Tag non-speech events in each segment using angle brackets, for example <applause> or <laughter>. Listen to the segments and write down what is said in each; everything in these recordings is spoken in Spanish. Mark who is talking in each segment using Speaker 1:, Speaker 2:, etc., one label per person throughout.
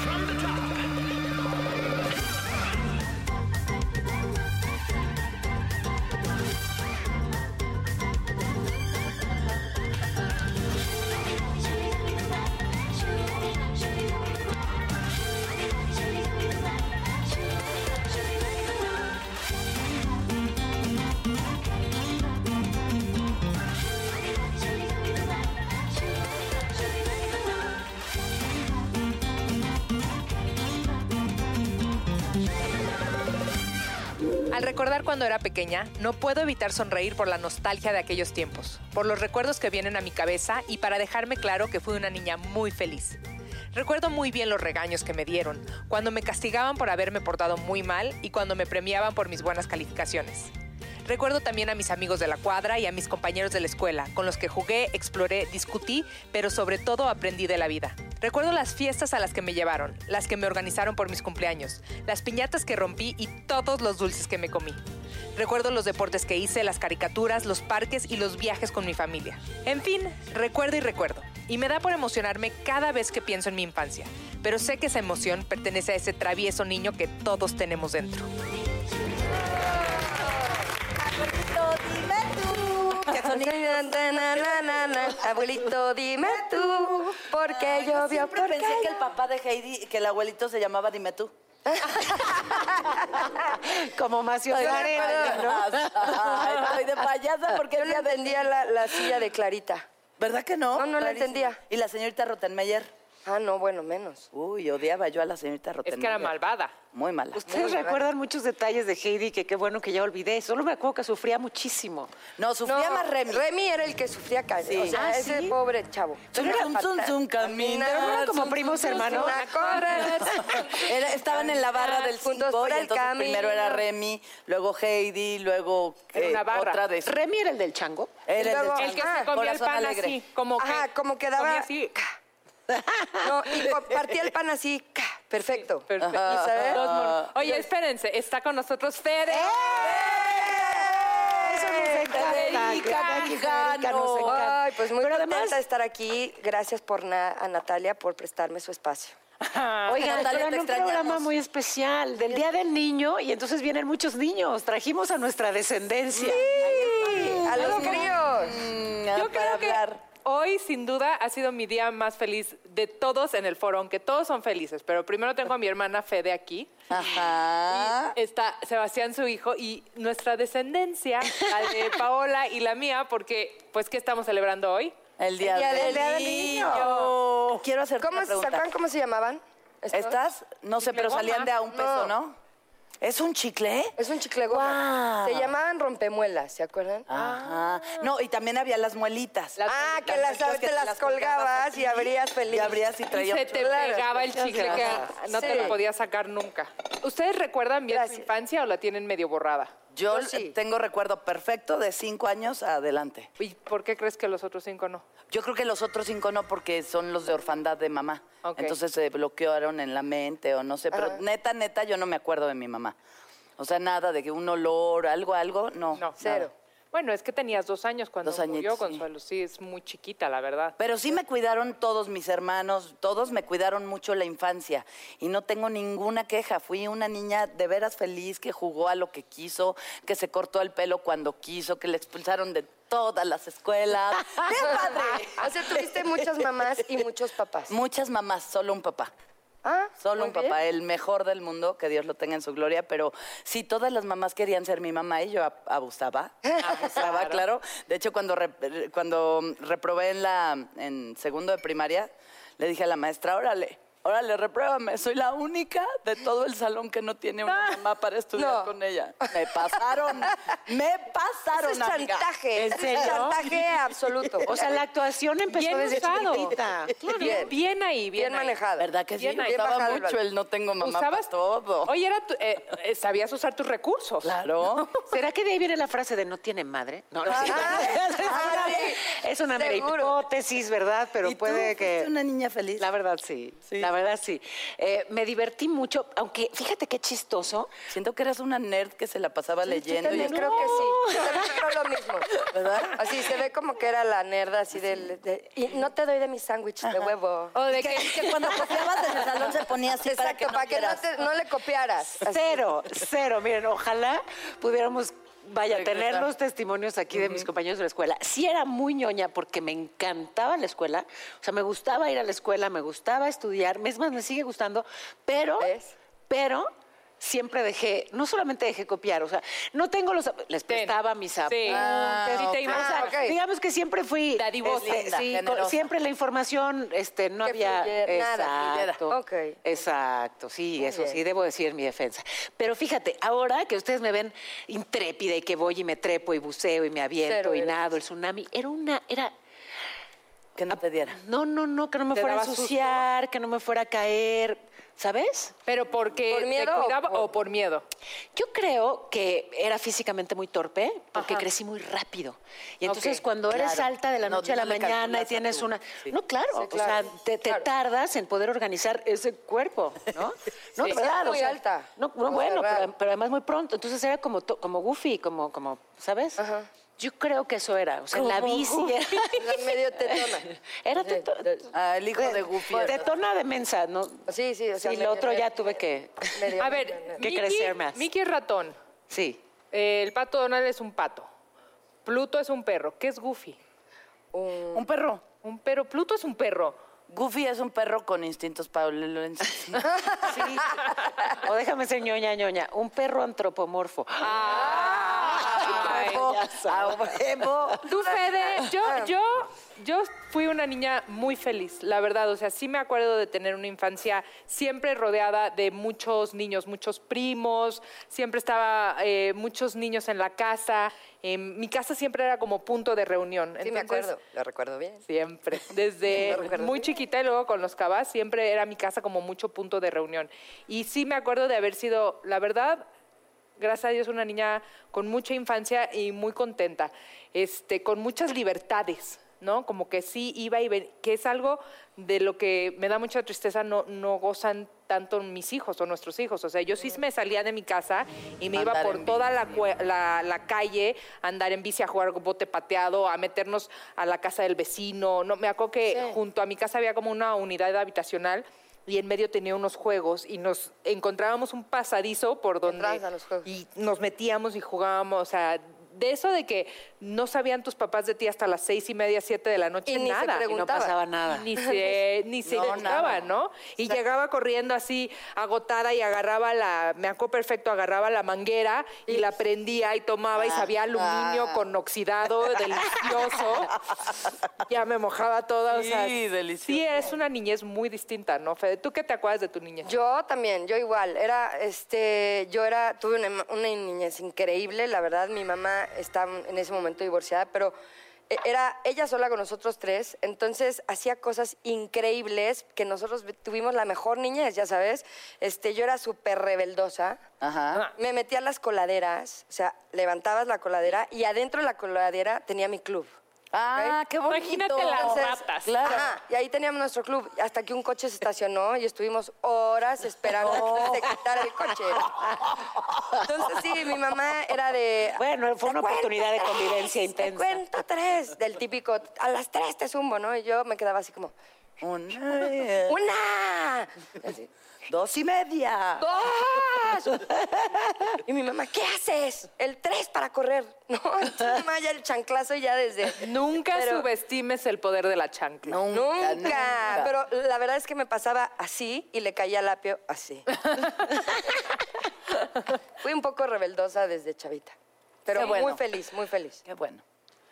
Speaker 1: From the top.
Speaker 2: Al recordar cuando era pequeña, no puedo evitar sonreír por la nostalgia de aquellos tiempos, por los recuerdos que vienen a mi cabeza y para dejarme claro que fui una niña muy feliz. Recuerdo muy bien los regaños que me dieron, cuando me castigaban por haberme portado muy mal y cuando me premiaban por mis buenas calificaciones. Recuerdo también a mis amigos de la cuadra y a mis compañeros de la escuela, con los que jugué, exploré, discutí, pero sobre todo aprendí de la vida. Recuerdo las fiestas a las que me llevaron, las que me organizaron por mis cumpleaños, las piñatas que rompí y todos los dulces que me comí. Recuerdo los deportes que hice, las caricaturas, los parques y los viajes con mi familia. En fin, recuerdo y recuerdo. Y me da por emocionarme cada vez que pienso en mi infancia. Pero sé que esa emoción pertenece a ese travieso niño que todos tenemos dentro.
Speaker 3: Abuelito, dime tú. <laughs> Que sonido. Na, na, na, na, na. Abuelito, dime tú. ¿Por qué llovió?
Speaker 4: Siempre
Speaker 3: ¿Por qué
Speaker 4: pensé que el papá de Heidi, que el abuelito se llamaba Dime tú.
Speaker 5: Como más
Speaker 3: Soy de payasa. Ay, soy de <laughs> payasa porque
Speaker 4: Yo
Speaker 3: no entendía la, la silla de Clarita.
Speaker 4: ¿Verdad que no?
Speaker 3: No, no la
Speaker 4: Clarísimo.
Speaker 3: entendía.
Speaker 4: Y la señorita Rottenmeier.
Speaker 3: Ah, no, bueno, menos.
Speaker 4: Uy, odiaba yo a la señorita
Speaker 2: Es
Speaker 4: Rottenmeier.
Speaker 2: que era malvada.
Speaker 4: Muy mala.
Speaker 5: Ustedes recuerdan muchos detalles de Heidi que qué bueno que ya olvidé. Solo me acuerdo que sufría muchísimo.
Speaker 4: No, sufría
Speaker 3: No,
Speaker 4: más Remy.
Speaker 3: Remy era el que sufría cañón.
Speaker 4: Sí.
Speaker 3: O sea,
Speaker 5: Ah,
Speaker 3: ese
Speaker 5: ¿sí?
Speaker 3: pobre chavo.
Speaker 4: Zum, zum, zum, zum, caminar.
Speaker 3: Pero no eran
Speaker 5: como primos hermanos.
Speaker 3: Una corre.
Speaker 4: <laughs> Era- estaban en la
Speaker 2: Ah,
Speaker 4: barra del
Speaker 3: Juntos
Speaker 4: 5
Speaker 3: por
Speaker 4: y
Speaker 3: el
Speaker 4: entonces primero
Speaker 3: camino.
Speaker 4: era Remy, luego Heidi, luego eh,
Speaker 2: Era una barra.
Speaker 4: otra de
Speaker 5: ¿Remy era el del chango?
Speaker 4: Era
Speaker 3: luego-
Speaker 4: del
Speaker 2: El que
Speaker 4: chango. Ah,
Speaker 2: se comía el
Speaker 4: Corazón
Speaker 2: pan
Speaker 4: alegre.
Speaker 2: así, como que...
Speaker 3: Ajá, como que daba-
Speaker 2: comía así.
Speaker 3: No, y co- partía el pan así. ca, Perfecto.
Speaker 2: Perfecto.
Speaker 3: Y sabe-
Speaker 2: Dos monos. Oye, espérense, está con nosotros Fede.
Speaker 4: ¡Eh! Eso nos
Speaker 2: Federica.
Speaker 4: encanta, Federica, nos
Speaker 5: Ay,
Speaker 4: encanta.
Speaker 3: Ay, pues muy
Speaker 5: Pero
Speaker 3: contenta
Speaker 5: además-
Speaker 3: de estar aquí. Gracias por na- a Natalia por prestarme su espacio.
Speaker 5: Oigan,
Speaker 4: Ah, Natalia,
Speaker 5: pero
Speaker 4: te
Speaker 5: en un programa
Speaker 4: extrañamos.
Speaker 5: muy especial del Día del Niño y entonces vienen muchos niños. Trajimos a nuestra descendencia.
Speaker 3: A los críos.
Speaker 4: Mm,
Speaker 2: Yo
Speaker 4: para
Speaker 2: creo que
Speaker 4: hablar.
Speaker 2: hoy, sin duda, ha sido mi día más feliz de todos en el foro, aunque todos son felices. Pero primero tengo a mi hermana Fede aquí.
Speaker 4: Ajá.
Speaker 2: Y está Sebastián, su hijo, y nuestra descendencia, la
Speaker 4: <laughs>
Speaker 2: de Paola y la mía, porque, pues, ¿qué estamos celebrando hoy?
Speaker 4: El día,
Speaker 3: El día
Speaker 4: del,
Speaker 3: del- Día del
Speaker 4: niño.
Speaker 3: Niño.
Speaker 4: Quiero hacerte
Speaker 3: ¿Cómo
Speaker 4: una
Speaker 3: se, ¿Se
Speaker 4: pregunta.
Speaker 3: acuerdan cómo se llamaban? ¿Estos?
Speaker 4: ¿Estás? No sé,
Speaker 2: Chicle
Speaker 4: pero
Speaker 2: goma.
Speaker 4: salían de a un peso,
Speaker 3: No.
Speaker 4: ¿no? ¿Es un chicle?
Speaker 3: Es un chicle goma.
Speaker 4: Guau. Ah,
Speaker 3: Se llamaban rompemuelas, ¿se acuerdan?
Speaker 4: Ajá. No, y también había las muelitas.
Speaker 3: ah, que
Speaker 4: muelitas
Speaker 3: las, te las, colgabas
Speaker 4: así.
Speaker 3: y abrías feliz.
Speaker 4: Y abrías y
Speaker 2: Y
Speaker 4: traía
Speaker 2: se
Speaker 4: un-
Speaker 2: te
Speaker 3: Claro.
Speaker 2: pegaba el
Speaker 3: Muchas
Speaker 2: chicle que
Speaker 3: gracias.
Speaker 2: no te
Speaker 3: Sí.
Speaker 2: lo podías sacar nunca. ¿Ustedes recuerdan bien
Speaker 3: Gracias.
Speaker 2: su infancia o la tienen medio borrada?
Speaker 4: Yo
Speaker 3: Yo sí.
Speaker 4: tengo recuerdo perfecto de cinco años adelante.
Speaker 2: ¿Y por qué crees que los otros cinco no?
Speaker 4: Yo creo que los otros cinco no, porque son los de orfandad de mamá.
Speaker 2: Ok.
Speaker 4: Entonces se bloquearon en la mente o no sé. Pero neta, neta, yo no me acuerdo de mi mamá. O sea, nada de que un olor, algo, algo, no.
Speaker 2: No.
Speaker 4: nada.
Speaker 3: Cero.
Speaker 2: Bueno, es que tenías dos años cuando
Speaker 4: Dos
Speaker 2: murió
Speaker 4: añitos, sí.
Speaker 2: Consuelo. Sí, es muy chiquita, la verdad.
Speaker 4: Pero sí me cuidaron todos mis hermanos, todos me cuidaron mucho la infancia y no tengo ninguna queja. Fui una niña de veras feliz que jugó a lo que quiso, que se cortó el pelo cuando quiso, que le expulsaron de todas las
Speaker 3: <laughs>
Speaker 4: escuelas.
Speaker 3: ¡Qué padre! O sea, tuviste muchas mamás y muchos papás.
Speaker 4: Muchas mamás, solo un papá.
Speaker 3: Ah,
Speaker 4: Solo
Speaker 3: muy
Speaker 4: un papá,
Speaker 3: bien.
Speaker 4: el mejor del mundo, que Dios lo tenga en su gloria, pero sí, todas las mamás querían ser mi mamá y yo ab-
Speaker 3: <laughs>
Speaker 4: abusaba, abusaba, Ah, claro. De hecho, cuando, re- cuando reprobé en, la, en segundo de primaria, le dije a la maestra, órale, órale, repruébame, soy la única de todo el salón que no tiene
Speaker 2: Ah.
Speaker 4: una mamá para estudiar
Speaker 3: No.
Speaker 4: con ella. Me pasaron, me pasaron,
Speaker 3: Eso es
Speaker 4: amiga.
Speaker 5: ¿En
Speaker 3: chantaje. eso
Speaker 5: serio?
Speaker 3: Es chantaje absoluto.
Speaker 5: O sea, la actuación empezó
Speaker 2: Bien
Speaker 5: desde
Speaker 2: usado.
Speaker 5: chiquitita.
Speaker 2: Claro,
Speaker 3: Bien.
Speaker 2: bien. ahí, bien,
Speaker 3: bien
Speaker 2: ahí.
Speaker 3: manejada.
Speaker 4: ¿Verdad que sí?
Speaker 2: Bien ahí.
Speaker 4: Usaba
Speaker 3: Bien bajado el
Speaker 4: mucho
Speaker 3: balón.
Speaker 4: el no tengo mamá para
Speaker 2: Usabas
Speaker 4: todo.
Speaker 2: Oye, era tu- eh, eh, sabías usar tus recursos.
Speaker 4: Claro.
Speaker 5: <laughs> ¿Será que de ahí viene la frase de no tiene madre? No, no,
Speaker 3: Ah,
Speaker 5: sí. <laughs>
Speaker 3: ah, sí.
Speaker 5: es una mera
Speaker 3: Seguro.
Speaker 5: hipótesis, ¿verdad? Pero
Speaker 4: ¿Y tú
Speaker 5: puede que...
Speaker 4: fuiste una niña feliz?
Speaker 5: La verdad, sí. La verdad, sí. Eh, me divertí mucho, aunque fíjate qué chistoso.
Speaker 4: Siento que eras una nerd que se la pasaba
Speaker 3: Yo
Speaker 4: leyendo. y
Speaker 3: también creo que sí. Yo también creo lo mismo.
Speaker 4: ¿Verdad?
Speaker 3: Así se ve como que era la nerda así del... de- y no te doy de mi sándwich de huevo.
Speaker 2: O de que,
Speaker 4: cuando copiabas en el salón se ponía así para que no,
Speaker 3: Exacto, para que no,
Speaker 4: vieras.
Speaker 3: te- no le copiaras. Así.
Speaker 5: Cero, cero. Miren, ojalá pudiéramos, vaya,
Speaker 4: Regresar.
Speaker 5: tener los testimonios aquí de mis compañeros de la escuela. Sí era muy ñoña porque me encantaba la escuela. O sea, me gustaba ir a la escuela, me gustaba estudiar. Es más, me sigue gustando. Pero,
Speaker 3: ¿Ves?
Speaker 5: pero... Siempre dejé, no solamente dejé copiar, o sea, no tengo los, ap- les
Speaker 2: Ten.
Speaker 5: prestaba mis
Speaker 2: Sí.
Speaker 5: apuntes.
Speaker 2: Ah, sí te ibas.
Speaker 5: o sea,
Speaker 3: Ah, ok.
Speaker 5: digamos que siempre fui
Speaker 2: Dadivosa.
Speaker 5: este,
Speaker 4: Linda,
Speaker 5: sí,
Speaker 4: generosa.
Speaker 5: con- siempre la información este, no
Speaker 3: Que
Speaker 5: había
Speaker 3: fluyera, nada, fluyera.
Speaker 5: exacto,
Speaker 3: Ok.
Speaker 5: Exacto, sí, eso sí, debo decir en mi defensa. Pero fíjate, ahora que ustedes me ven intrépida y que voy y me trepo y buceo y me aviento
Speaker 3: Cero
Speaker 5: y
Speaker 3: eres.
Speaker 5: nado, el tsunami, era una, era,
Speaker 4: Que no te diera.
Speaker 5: no, no, no, que no me
Speaker 2: ¿Te
Speaker 5: fuera a
Speaker 2: daba susto?
Speaker 5: ensuciar, que no me fuera a caer, ¿sabes?
Speaker 2: pero porque
Speaker 3: ¿Por
Speaker 2: te
Speaker 3: miedo o
Speaker 2: cuidaba
Speaker 3: por-
Speaker 2: o por miedo.
Speaker 5: Yo creo que era físicamente muy torpe porque crecí muy rápido. Y entonces
Speaker 2: Ok,
Speaker 5: cuando eres
Speaker 4: claro.
Speaker 5: alta de la
Speaker 4: No,
Speaker 5: noche a la
Speaker 4: no le
Speaker 5: mañana
Speaker 4: calculas
Speaker 5: y
Speaker 4: a
Speaker 5: tienes
Speaker 4: tu-
Speaker 5: una...
Speaker 4: sí.
Speaker 5: No, claro,
Speaker 3: Sí, claro,
Speaker 5: o sea, te, te
Speaker 3: claro.
Speaker 5: tardas en poder organizar ese cuerpo, ¿no? No,
Speaker 3: Sí,
Speaker 5: verdad,
Speaker 3: muy alta,
Speaker 5: No, no,
Speaker 3: muy
Speaker 5: bueno,
Speaker 3: cerrada.
Speaker 5: pero, pero además muy pronto. Entonces era como, to- como goofy, como, como ¿sabes? Yo creo que eso era. O sea, en la
Speaker 4: Como
Speaker 5: bici <laughs>
Speaker 4: Goofy.
Speaker 5: era...
Speaker 3: Medio tetona.
Speaker 5: Era teto-
Speaker 4: Ah, el hijo de Goofy.
Speaker 5: Tetona de mensa, ¿no?
Speaker 3: Sí, sí, o sea,
Speaker 5: y lo
Speaker 3: medio-
Speaker 5: otro ya tuve que...
Speaker 3: medio-
Speaker 2: A ver,
Speaker 5: Que
Speaker 2: Mickey-
Speaker 5: crecer más.
Speaker 2: Mickey es ratón.
Speaker 5: Sí.
Speaker 2: Eh, el pato Donald es un pato. Pluto es un perro. ¿Qué es Goofy?
Speaker 4: Un perro.
Speaker 2: Un perro. Pluto es un perro.
Speaker 4: Goofy es un perro con instintos
Speaker 5: <laughs>
Speaker 4: Lorenzo.
Speaker 5: Sí. O déjame ser ñoña, ñoña. Un perro antropomorfo.
Speaker 2: Ah. Ay.
Speaker 4: A huevo. Ah.
Speaker 2: Tú, Fede, yo,
Speaker 3: Ah.
Speaker 2: yo, yo fui una niña muy feliz, la verdad. O sea, sí me acuerdo de tener una infancia siempre rodeada de muchos niños, muchos primos, siempre estaba eh, muchos niños en la casa. Eh, mi casa siempre era como punto de reunión.
Speaker 3: Sí, me
Speaker 2: Entonces,
Speaker 3: acuerdo. Lo recuerdo bien.
Speaker 4: <laughs>
Speaker 2: Siempre. Desde
Speaker 3: Lo recuerdo.
Speaker 2: muy chiquita y luego con los cabas, siempre era mi casa como mucho punto de reunión. Y sí me acuerdo de haber sido, la verdad, gracias a Dios, una niña con mucha infancia y muy contenta, este, con muchas libertades. ¿No? Como que sí iba y ven- que es algo de lo que me da mucha tristeza, no, no gozan tanto mis hijos o nuestros hijos. O sea, yo sí me salía de mi casa y me iba
Speaker 4: Andar
Speaker 2: por
Speaker 4: en
Speaker 2: toda la, cue- la- la calle, a andar en bici, a jugar bote pateado, a meternos a la casa del vecino. No, me acuerdo que junto a mi casa había como una unidad habitacional y en medio tenía unos juegos y nos encontrábamos un pasadizo por donde
Speaker 3: Entrabas a los juegos.
Speaker 2: y nos metíamos y jugábamos, o sea, de eso de que no sabían tus papás de ti hasta las seis y media, siete de la noche,
Speaker 3: Y ni se
Speaker 2: nada.
Speaker 3: pregun-
Speaker 5: Y no
Speaker 3: preguntaba.
Speaker 5: pasaba nada.
Speaker 2: Ni se, ni se
Speaker 4: No,
Speaker 2: preguntaba,
Speaker 4: nada.
Speaker 2: ¿no? Y llegaba corriendo así, agotada, y agarraba la, me acuerdo perfecto, agarraba la manguera y la prendía y tomaba y sabía aluminio con oxidado, delicioso.
Speaker 3: <laughs>
Speaker 2: ya me mojaba toda, o sea.
Speaker 4: Sí, delicioso.
Speaker 2: Sí, es una niñez muy distinta, ¿no, Fede? ¿Tú qué te acuerdas de tu niñez?
Speaker 3: Yo también, yo igual. Era, este, yo era, tuve una, una niñez increíble, la verdad. Mi mamá está en ese momento divorciada, pero e- era ella sola con nosotros tres. Entonces hacía cosas increíbles que nosotros tuvimos la mejor niñez, ya sabes. Este, yo era súper rebeldosa.
Speaker 4: Ajá.
Speaker 3: Me metía a las coladeras, o sea, levantabas la coladera y adentro de la coladera tenía mi club.
Speaker 4: Ah, qué bonito.
Speaker 6: Imagínate las
Speaker 4: Entonces,
Speaker 6: ratas.
Speaker 4: Claro.
Speaker 3: Ajá, y ahí teníamos nuestro club, hasta que un coche se estacionó y estuvimos
Speaker 5: <laughs>
Speaker 3: horas esperando a que se quitara el coche. Entonces, sí, mi mamá era de...
Speaker 5: Bueno, fue una
Speaker 3: "Te cuento
Speaker 5: oportunidad de
Speaker 3: tres,
Speaker 5: convivencia
Speaker 3: te
Speaker 5: intensa".
Speaker 3: cuento tres, del típico, a las tres te zumbo, ¿no? Y yo me quedaba así como,
Speaker 4: Una, eh,
Speaker 3: <laughs> ¡una! Y así,
Speaker 4: dos y media.
Speaker 5: <laughs>
Speaker 3: ¡Dos! Y mi mamá, ¿qué haces? El tres para correr, ¿no? <laughs> Entonces, mi mamá ya el chanclazo ya desde...
Speaker 2: Nunca
Speaker 3: Pero-
Speaker 2: subestimes el poder de la chancla.
Speaker 3: Nunca, Pero la verdad es que me pasaba así y le caía el apio
Speaker 4: <laughs>
Speaker 3: así. Fui un poco rebeldosa desde chavita. Pero
Speaker 4: Qué bueno.
Speaker 3: muy feliz, muy feliz.
Speaker 4: Qué bueno.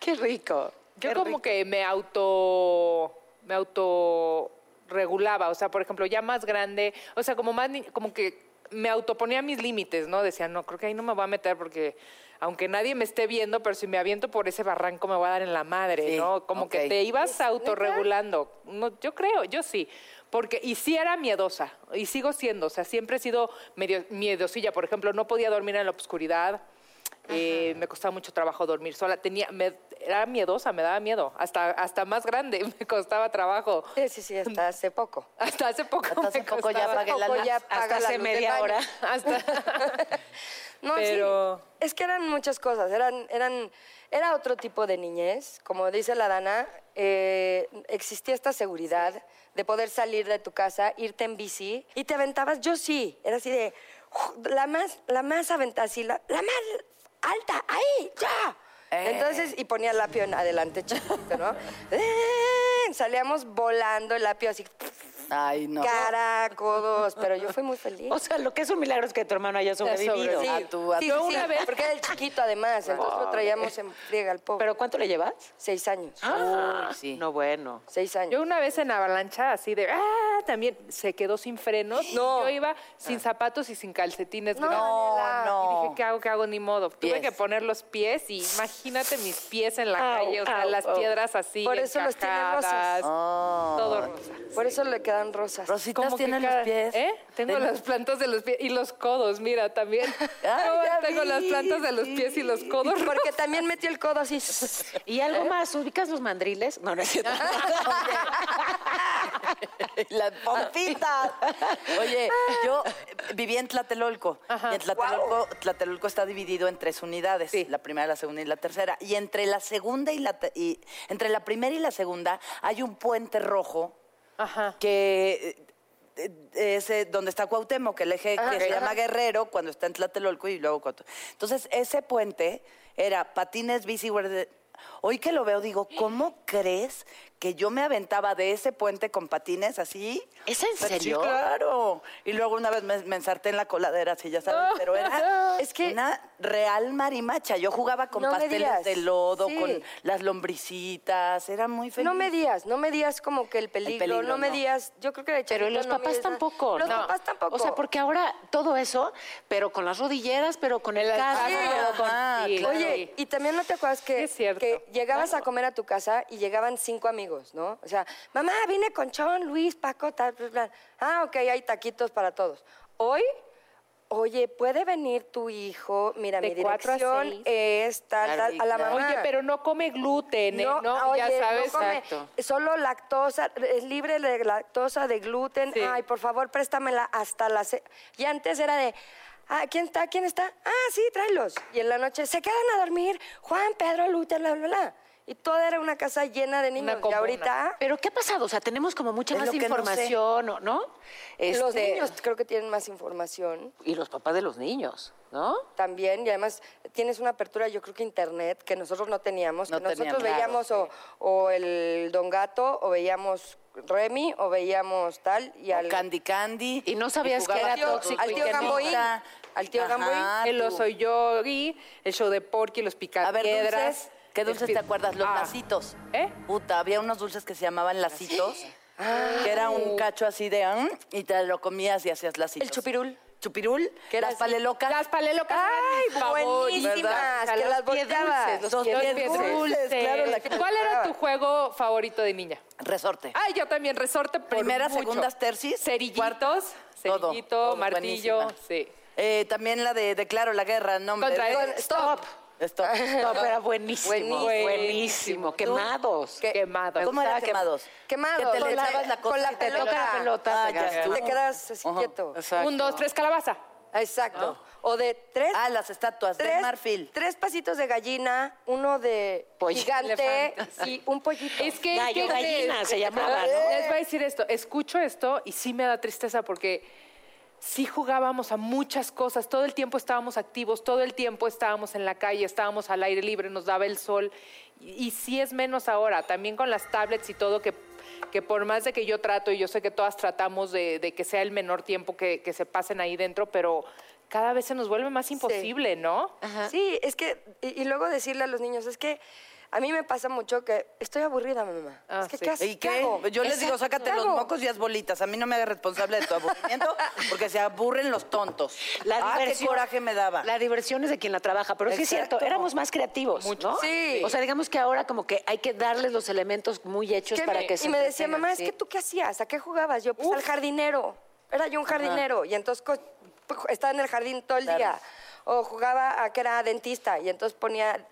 Speaker 5: Qué rico.
Speaker 2: Yo
Speaker 5: Qué
Speaker 2: como
Speaker 5: rico.
Speaker 2: que me auto me auto regulaba, o sea, por ejemplo, ya más grande, o sea, como más ni- como que me autoponía mis límites, ¿no? Decía, no, creo que ahí no me voy a meter porque aunque nadie me esté viendo, pero si me aviento por ese barranco me voy a dar en la madre,
Speaker 4: Sí,
Speaker 2: ¿no? Como
Speaker 4: ok.
Speaker 2: que te ibas autorregulando. No, yo creo, yo sí. Porque, y sí era miedosa, y sigo siendo, o sea, siempre he sido medio miedosilla. Por ejemplo, no podía dormir en la oscuridad. Eh, me costaba mucho trabajo dormir sola. Tenía, me- era miedosa, me daba miedo. Hasta, hasta más grande <laughs> me costaba trabajo.
Speaker 3: Sí, sí, sí,
Speaker 2: <laughs>
Speaker 3: hasta hace poco.
Speaker 2: Hasta hace poco.
Speaker 4: Hasta hace
Speaker 2: me
Speaker 4: poco ya
Speaker 2: costaba.
Speaker 4: pagué la
Speaker 3: Poco
Speaker 4: luz.
Speaker 3: ya
Speaker 5: Hasta
Speaker 3: apaga la
Speaker 5: hace
Speaker 3: luz del
Speaker 5: media
Speaker 3: baño.
Speaker 5: hora.
Speaker 2: <laughs> Hasta-
Speaker 3: No, sí,
Speaker 2: Pero-
Speaker 3: Es que eran muchas cosas. Eran, eran, era otro tipo de niñez. Como dice la Dana, eh, existía esta seguridad de poder salir de tu casa, irte en bici y te aventabas. Yo sí, era así de "Ju, la más, la más aventada, así, la, la más alta, ahí, ya.
Speaker 4: Eh.
Speaker 3: Entonces, y ponía el apio en adelante, <laughs> chiquito, ¿no? Eh, Salíamos volando el apio así,
Speaker 4: Ay, no.
Speaker 3: cara, codos, pero yo fui muy feliz.
Speaker 5: O sea, lo que es un milagro es que tu hermano haya sobrevivido.
Speaker 3: Sí,
Speaker 4: a tu- a
Speaker 3: sí,
Speaker 4: tu-
Speaker 3: sí,
Speaker 2: una
Speaker 3: sí,
Speaker 2: vez-
Speaker 3: Porque era el chiquito, además. Entonces lo traíamos en friega al pobre.
Speaker 5: ¿Pero cuánto le llevas?
Speaker 3: Seis años.
Speaker 5: Ah,
Speaker 4: sí.
Speaker 5: No, bueno.
Speaker 3: Seis años.
Speaker 2: Yo una vez en avalancha, así de, ah, también se quedó sin frenos.
Speaker 3: No.
Speaker 2: Yo iba sin zapatos y sin calcetines.
Speaker 3: No,
Speaker 2: grandes.
Speaker 4: no.
Speaker 2: Y dije, ¿qué hago? ¿Qué hago? Ni modo. Tuve
Speaker 4: Pies.
Speaker 2: que poner los pies y imagínate mis pies en la
Speaker 5: Au,
Speaker 2: calle, o sea,
Speaker 5: au,
Speaker 2: las
Speaker 5: au.
Speaker 2: piedras así.
Speaker 3: Por eso los tiene rosas.
Speaker 2: encajadas,
Speaker 3: Ah.
Speaker 4: Oh.
Speaker 2: Todo rosa.
Speaker 3: Por eso le quedan rosas.
Speaker 4: Rositas
Speaker 2: que
Speaker 4: tienen
Speaker 2: cada-
Speaker 4: los pies.
Speaker 2: ¿Eh? Tengo
Speaker 4: Ten-
Speaker 2: las plantas de los pies y los codos, mira, también.
Speaker 4: <laughs>
Speaker 2: <laughs>
Speaker 4: Ay, ya
Speaker 2: tengo
Speaker 4: vi,
Speaker 2: las plantas de los pies y los codos.
Speaker 3: Porque también metió el codo así.
Speaker 5: <laughs> ¿Y algo más? ¿Ubicas los mandriles? No, no es cierto.
Speaker 4: La pompita. Oye, yo eh, viví en Tlatelolco. Y en Tlatelolco, Tlatelolco está dividido en tres unidades. La primera, la segunda y la tercera. Y entre la segunda y la te- y- entre la primera y la segunda hay un puente rojo
Speaker 2: Ajá.
Speaker 4: que eh, eh, es eh, donde está Cuauhtémoc, el eje que se llama Guerrero, cuando está en Tlatelolco y luego Cuauhtémoc. Entonces, ese puente era patines, bici, guarde- Hoy que lo veo, digo, ¿cómo crees que yo me aventaba de ese puente con patines así?
Speaker 5: ¿Es en
Speaker 4: Pero sí,
Speaker 5: serio?
Speaker 4: claro. Y luego una vez me, me ensarté en la coladera, así ya
Speaker 3: <laughs>
Speaker 4: sabes, <laughs> pero era
Speaker 3: Es que-
Speaker 4: una real marimacha. Yo jugaba con
Speaker 3: No me
Speaker 4: pasteles
Speaker 3: digas.
Speaker 4: de lodo,
Speaker 3: Sí.
Speaker 4: con las lombricitas, era muy feliz.
Speaker 3: No medías, no medías como que el peligro,
Speaker 4: peligro,
Speaker 3: no
Speaker 4: no.
Speaker 3: medías. Yo creo que de
Speaker 5: Pero
Speaker 3: chiquito
Speaker 5: los
Speaker 3: no
Speaker 5: papás
Speaker 3: mides nada.
Speaker 5: tampoco.
Speaker 3: Los
Speaker 5: ¿no?
Speaker 3: papás tampoco.
Speaker 5: O sea, porque ahora todo eso, pero con las rodilleras, pero con el casco,
Speaker 3: alcance.
Speaker 5: pero con...
Speaker 4: Ah,
Speaker 2: Sí.
Speaker 4: claro.
Speaker 3: Oye, y también no te acuerdas que,
Speaker 2: Es cierto.
Speaker 3: que llegabas a comer a tu casa y llegaban cinco amigos, ¿no? O sea, mamá, vine con Chon, Luis, Paco, tal, tal, tal. Ah, ok, hay taquitos para todos. Hoy, oye, puede venir tu hijo, mira,
Speaker 2: De
Speaker 3: mi
Speaker 2: cuatro a
Speaker 3: dirección
Speaker 2: seis.
Speaker 3: es tal,
Speaker 4: Claro,
Speaker 3: tal,
Speaker 4: y
Speaker 3: a la
Speaker 4: claro.
Speaker 3: mamá.
Speaker 2: Oye, pero no come gluten, ¿eh? No, ya
Speaker 3: oye, no
Speaker 2: sabes.
Speaker 3: come
Speaker 5: Exacto.
Speaker 3: Solo lactosa, es libre de lactosa, de gluten.
Speaker 2: Sí.
Speaker 3: Ay, por favor, préstamela hasta las... se- Y antes era de, ah, ¿quién está? ¿Quién está? Ah, sí, tráelos. Y en la noche, se quedan a dormir, Juan, Pedro, Luther, bla, bla, bla. Y toda era una casa llena de niños. Y
Speaker 2: comuna.
Speaker 3: ahorita...
Speaker 5: ¿Pero qué ha pasado? O sea, tenemos como mucha
Speaker 4: Es
Speaker 5: más
Speaker 4: lo que no sé.
Speaker 5: información, ¿no? ¿no?
Speaker 3: Los
Speaker 5: Este,
Speaker 3: niños creo que tienen más información
Speaker 5: Y los papás de los niños, ¿no?
Speaker 3: también y además tienes una apertura yo creo que internet que nosotros no teníamos,
Speaker 4: No
Speaker 3: que nosotros
Speaker 4: teníamos,
Speaker 3: veíamos o, o el Don Gato o veíamos Remy o veíamos tal y
Speaker 4: O
Speaker 3: al
Speaker 4: Candy Candy.
Speaker 5: Y no sabías que
Speaker 4: jugaba
Speaker 5: era
Speaker 4: todo.
Speaker 5: tóxico
Speaker 3: al
Speaker 5: y
Speaker 3: tío
Speaker 5: que no.
Speaker 3: Gamboín, al tío
Speaker 4: Ajá,
Speaker 3: Gamboín,
Speaker 2: El
Speaker 4: tú.
Speaker 2: oso yogi, <laughs> el show de Porky, los
Speaker 4: A ver,
Speaker 2: picapiedras.
Speaker 4: dulces.
Speaker 3: este,
Speaker 4: ¿Qué dulces
Speaker 2: Espi-
Speaker 4: te acuerdas? Los
Speaker 2: Ah.
Speaker 4: lacitos.
Speaker 2: ¿Eh?
Speaker 4: Puta, había unos dulces que se llamaban lacitos. Que era un cacho así de... "Mm", Y te lo comías y hacías lacitos.
Speaker 3: el chupirul.
Speaker 4: Chupirul.
Speaker 3: Que era
Speaker 4: las
Speaker 3: así.
Speaker 4: palelocas.
Speaker 2: Las palelocas.
Speaker 3: Ay,
Speaker 2: eran mis favoritas.
Speaker 3: buenísimas, que
Speaker 2: Los
Speaker 3: las
Speaker 2: pies
Speaker 3: volteabas.
Speaker 2: dulces,
Speaker 4: Los pies
Speaker 2: dulces.
Speaker 4: dulces, claro, la que
Speaker 2: ¿Cuál era
Speaker 4: volteaba.
Speaker 2: tu juego favorito de niña?
Speaker 4: Resorte.
Speaker 2: Ay, yo también, resorte por
Speaker 4: Primeras,
Speaker 2: mucho.
Speaker 4: segundas, tercis,
Speaker 2: Cerillitos,
Speaker 4: cuartos, todo,
Speaker 2: cerillito,
Speaker 4: todo,
Speaker 2: martillo,
Speaker 4: buenísima.
Speaker 2: sí.
Speaker 4: Eh, también la de Declaro la guerra, no hombre.
Speaker 2: Contra el-
Speaker 4: Stop. Esto.
Speaker 5: <laughs> No, pero era buenísimo.
Speaker 3: Buenísimo.
Speaker 5: Buenísimo. Quemados.
Speaker 3: ¿Qué?
Speaker 2: Quemados.
Speaker 4: ¿Cómo era
Speaker 5: gustaba que-
Speaker 4: quemados?
Speaker 3: Quemado.
Speaker 4: Que te
Speaker 3: Con la-
Speaker 4: echabas la cosa
Speaker 3: con la
Speaker 4: y te
Speaker 3: pelota.
Speaker 4: tocaba la pelota.
Speaker 5: Ah,
Speaker 4: te
Speaker 5: ya
Speaker 4: gastas.
Speaker 5: estuvo.
Speaker 3: Te quedas así
Speaker 4: Ajá,
Speaker 3: quieto.
Speaker 4: exacto.
Speaker 2: Un, dos, tres, calabaza.
Speaker 3: Exacto. O de tres.
Speaker 4: Ah, las estatuas de
Speaker 3: Tres,
Speaker 4: marfil.
Speaker 3: tres pasitos de gallina, uno de
Speaker 5: Pollo.
Speaker 3: gigante
Speaker 5: Elefante.
Speaker 3: y un pollito.
Speaker 2: Es que
Speaker 5: Gallo,
Speaker 2: fíjate,
Speaker 5: gallina, se llamaba, ¿no?
Speaker 2: Les voy a decir esto, escucho esto y sí me da tristeza porque sí jugábamos a muchas cosas, todo el tiempo estábamos activos, todo el tiempo estábamos en la calle, estábamos al aire libre, nos daba el sol y, y sí es menos ahora, también con las tablets y todo que que por más de que yo trato, y yo sé que todas tratamos de, de que sea el menor tiempo que, que se pasen ahí dentro, pero cada vez se nos vuelve más imposible, ¿no?
Speaker 3: Sí, es que, y, y luego decirle a los niños, es que a mí me pasa mucho que estoy aburrida, mamá.
Speaker 2: Ah,
Speaker 3: es que,
Speaker 2: sí.
Speaker 3: ¿qué haces?
Speaker 4: ¿Y qué?
Speaker 3: hago?
Speaker 4: Yo les digo,
Speaker 3: Exacto.
Speaker 4: sácate
Speaker 3: ¿Qué
Speaker 4: los
Speaker 3: hago?
Speaker 4: mocos y haz bolitas. A mí no me hagas responsable de tu aburrimiento porque se aburren los tontos.
Speaker 5: La
Speaker 4: ah, qué
Speaker 5: diversión-
Speaker 4: coraje me daba.
Speaker 5: La diversión es de quien la trabaja, pero sí es cierto,
Speaker 4: Exacto.
Speaker 5: éramos más creativos, ¿no?
Speaker 3: Sí.
Speaker 5: O sea, digamos que ahora como que hay que darles los elementos muy hechos
Speaker 3: ¿Qué
Speaker 5: para
Speaker 3: me-
Speaker 5: que se
Speaker 3: y me decía,
Speaker 5: entretengan,
Speaker 3: mamá, es
Speaker 5: sí. <laughs>
Speaker 3: que tú qué hacías, ¿a qué jugabas? Yo, pues al jardinero. Era yo un jardinero. Y entonces co- pues, estaba en el jardín todo el
Speaker 4: Claro.
Speaker 3: día. O jugaba a que era dentista. Y entonces ponía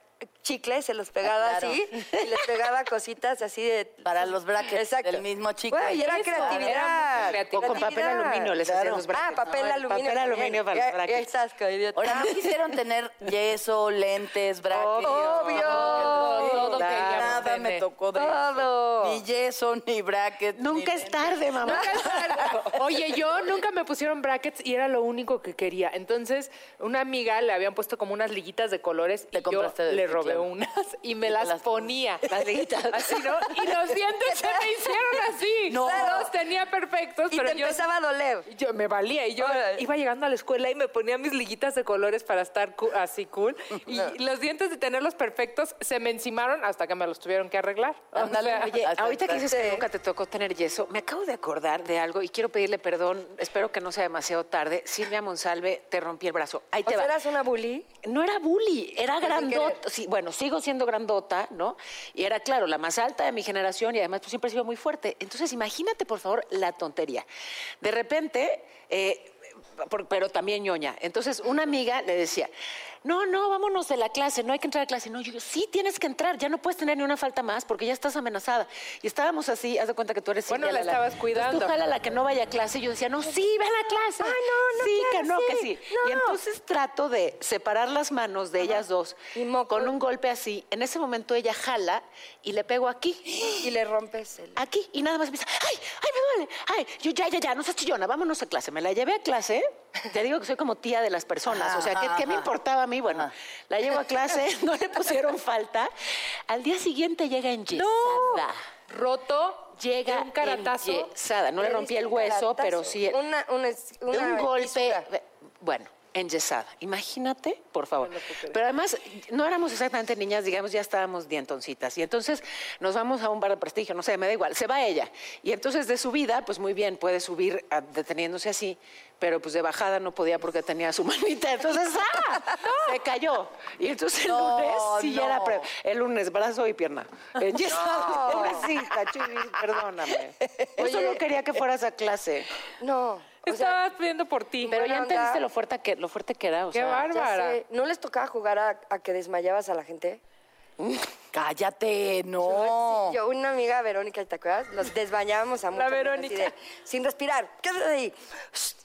Speaker 3: chicles, se los pegaba
Speaker 4: Ah, claro.
Speaker 3: así. Y les pegaba cositas así de.
Speaker 4: Para los brackets
Speaker 3: Exacto.
Speaker 4: del mismo chicle.
Speaker 3: <laughs> Bueno, y era
Speaker 2: Eso,
Speaker 3: creatividad.
Speaker 2: era mucha
Speaker 5: O con papel
Speaker 3: creatividad.
Speaker 5: aluminio les hacían los brackets,
Speaker 3: Ah, papel
Speaker 5: ¿no?
Speaker 3: aluminio.
Speaker 5: Papel
Speaker 3: también.
Speaker 5: aluminio para los
Speaker 3: Ya- ya
Speaker 4: Eh,
Speaker 5: brackets.
Speaker 3: estás, co- idiota.
Speaker 4: Ahora, ¿no quisieron tener yeso, lentes, brackets?
Speaker 3: Obvio.
Speaker 2: Todo, todo queríamos
Speaker 4: Nada me
Speaker 2: tener.
Speaker 4: tocó de
Speaker 3: Todo.
Speaker 4: eso. Ni yeso, ni brackets.
Speaker 5: Nunca
Speaker 4: ni
Speaker 5: es tarde, mamá.
Speaker 2: Nunca sal- Oye, yo nunca me pusieron brackets y era lo único que quería. Entonces, una amiga le habían puesto como unas liguitas de colores
Speaker 4: Te
Speaker 2: y yo
Speaker 4: compraste de-
Speaker 2: le
Speaker 4: sí,
Speaker 2: robé
Speaker 4: claro.
Speaker 2: unas y me
Speaker 4: te
Speaker 2: las,
Speaker 4: las-
Speaker 2: ponía.
Speaker 5: Las liguitas.
Speaker 2: Así, ¿no? Y los dientes se me hicieron así.
Speaker 4: No.
Speaker 2: Los tenía perfectos,
Speaker 3: Y
Speaker 2: pero
Speaker 3: te
Speaker 2: yo,
Speaker 3: empezaba a doler.
Speaker 2: yo me valía. Y yo
Speaker 3: Órale.
Speaker 2: iba llegando a la escuela y me ponía mis liguitas de colores para estar cu- así cool. Y los dientes de tenerlos perfectos se me encimaron hasta que me los tuvieron que arreglar. O
Speaker 4: Ándale,
Speaker 2: sea,
Speaker 5: Oye,
Speaker 4: Hasta
Speaker 5: ahorita que dices que
Speaker 3: Sí.
Speaker 5: nunca te tocó tener yeso, me acabo de acordar de algo y quiero pedirle perdón, espero que no sea demasiado tarde. Silvia Monsalve, te rompí el brazo. Ahí
Speaker 3: ¿O
Speaker 5: te
Speaker 3: sea,
Speaker 5: va.
Speaker 3: eras una bully?
Speaker 5: No era bully, era grandota.
Speaker 3: querer.
Speaker 5: Sí, bueno, sigo siendo grandota, ¿no? Y era, claro, la más alta de mi generación y además pues, siempre he sido muy fuerte. Entonces, imagínate, por favor, la tontería. De repente, eh, por- pero también ñoña. Entonces, una amiga le decía, no, no, vámonos de la clase, no hay que entrar a clase. No, yo, sí, tienes que entrar, ya no puedes tener ni una falta más porque ya estás amenazada. Y estábamos así, haz de cuenta que tú eres...
Speaker 2: Bueno,
Speaker 5: Silvia,
Speaker 2: la estabas
Speaker 5: Entonces, tú
Speaker 2: cuidando.
Speaker 5: jala la que no vaya a clase. Y yo decía, no, sí, ve a la clase.
Speaker 3: Ah, no, no
Speaker 5: Sí,
Speaker 3: quiero,
Speaker 5: que no, que
Speaker 3: sí,
Speaker 5: sí.
Speaker 3: no.
Speaker 5: Y entonces trato de separar las manos de ellas dos
Speaker 3: Y moco.
Speaker 5: con un golpe así. En ese momento ella jala y le pego aquí,
Speaker 3: Y le rompes el...
Speaker 5: aquí. Y nada más me dice, ay, ay, me duele. Ay, yo ya, ya, ya, no seas chillona, vámonos a clase. Me la llevé a clase. Te digo que soy como tía de las personas. O sea, ¿qué, qué me importaba a mí? Bueno, la llevo a clase, <laughs> no le pusieron falta. Al día siguiente llega enyesada.
Speaker 2: roto,
Speaker 5: Llega
Speaker 2: de un caratazo.
Speaker 5: enyesada. No le rompí el
Speaker 3: diste un
Speaker 5: hueso,
Speaker 3: caratazo.
Speaker 5: pero sí...
Speaker 3: Una, una, es-
Speaker 5: de
Speaker 3: una
Speaker 5: un golpe,
Speaker 3: fisura.
Speaker 5: bueno, enyesada. Imagínate, por favor. Pero además, no éramos exactamente niñas, digamos, ya estábamos dientoncitas. Y entonces nos vamos a un bar de prestigio, no sé, me da igual, se va ella. Y entonces de subida, pues muy bien, puede subir a- deteniéndose así, pero pues de bajada no podía porque tenía su <laughs> manita. Entonces, ¡ah! Se cayó. Y entonces el
Speaker 4: No,
Speaker 5: lunes sí ya era
Speaker 4: no.
Speaker 5: pre- El lunes, brazo y
Speaker 3: <laughs>
Speaker 5: pierna. Enyesada, <laughs> pobrecita, chiquis, perdóname. Yo solo quería que fueras a clase.
Speaker 3: No. o sea,
Speaker 2: Estabas pidiendo por ti.
Speaker 5: Pero ya
Speaker 3: buena onda.
Speaker 5: entendiste lo fuerte que, lo fuerte que era. O
Speaker 2: Qué
Speaker 5: sea,
Speaker 3: ya
Speaker 2: bárbara.
Speaker 3: sé. ¿No les tocaba jugar a, a que desmayabas a la gente?
Speaker 2: Eh,
Speaker 4: Cállate, no.
Speaker 3: Yo, una amiga, Verónica, ¿te acuerdas? Los desmayábamos a mucha gente,
Speaker 2: Verónica.
Speaker 3: así de, sin respirar. Quédate ahí.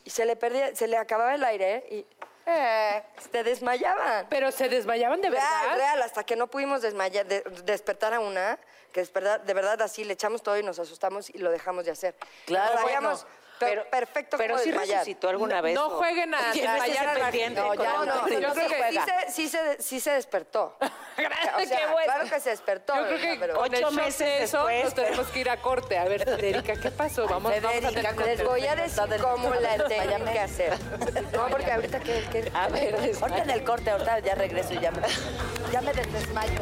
Speaker 3: Y se le perdía, se le acababa el aire y... eh, te desmayaban.
Speaker 2: Pero se desmayaban de
Speaker 3: real,
Speaker 2: verdad.
Speaker 3: real, hasta que no pudimos desmayar, de- despertar a una, que despertar, de verdad así le echamos todo y nos asustamos y lo dejamos de hacer.
Speaker 4: Claro,
Speaker 3: Nos
Speaker 4: bueno,
Speaker 3: sabíamos per- perfecto
Speaker 5: Pero
Speaker 3: cómo
Speaker 5: sí
Speaker 3: desmayar.
Speaker 5: resucitó alguna vez.
Speaker 2: No
Speaker 5: o-
Speaker 2: jueguen
Speaker 5: <laughs>
Speaker 2: a
Speaker 5: Tienes ese
Speaker 2: desmayar a la
Speaker 5: pendiente
Speaker 2: gente.
Speaker 5: con-
Speaker 4: ya
Speaker 3: No, no,
Speaker 4: no,
Speaker 3: yo
Speaker 4: no
Speaker 3: creo
Speaker 4: se
Speaker 3: que sí
Speaker 4: juega.
Speaker 3: se, sí se, sí se despertó.
Speaker 2: Gracias,
Speaker 3: <laughs> O sea,
Speaker 2: qué bueno.
Speaker 3: Claro que se despertó.
Speaker 2: Yo creo que
Speaker 3: pero-
Speaker 2: con el
Speaker 5: Ocho
Speaker 2: shock de
Speaker 5: meses
Speaker 2: eso
Speaker 5: después,
Speaker 2: nos tenemos que ir a corte. A ver, Federica, ¿qué pasó? Vamos, vamos a
Speaker 4: Federica,
Speaker 2: tener
Speaker 3: Les voy a decir
Speaker 2: <laughs>
Speaker 3: cómo la tenían que hacer. No, porque ahorita que... que-
Speaker 5: A ver,
Speaker 4: Ahorita en el corte, ahorita ya regreso y ya me, ya me desmayo.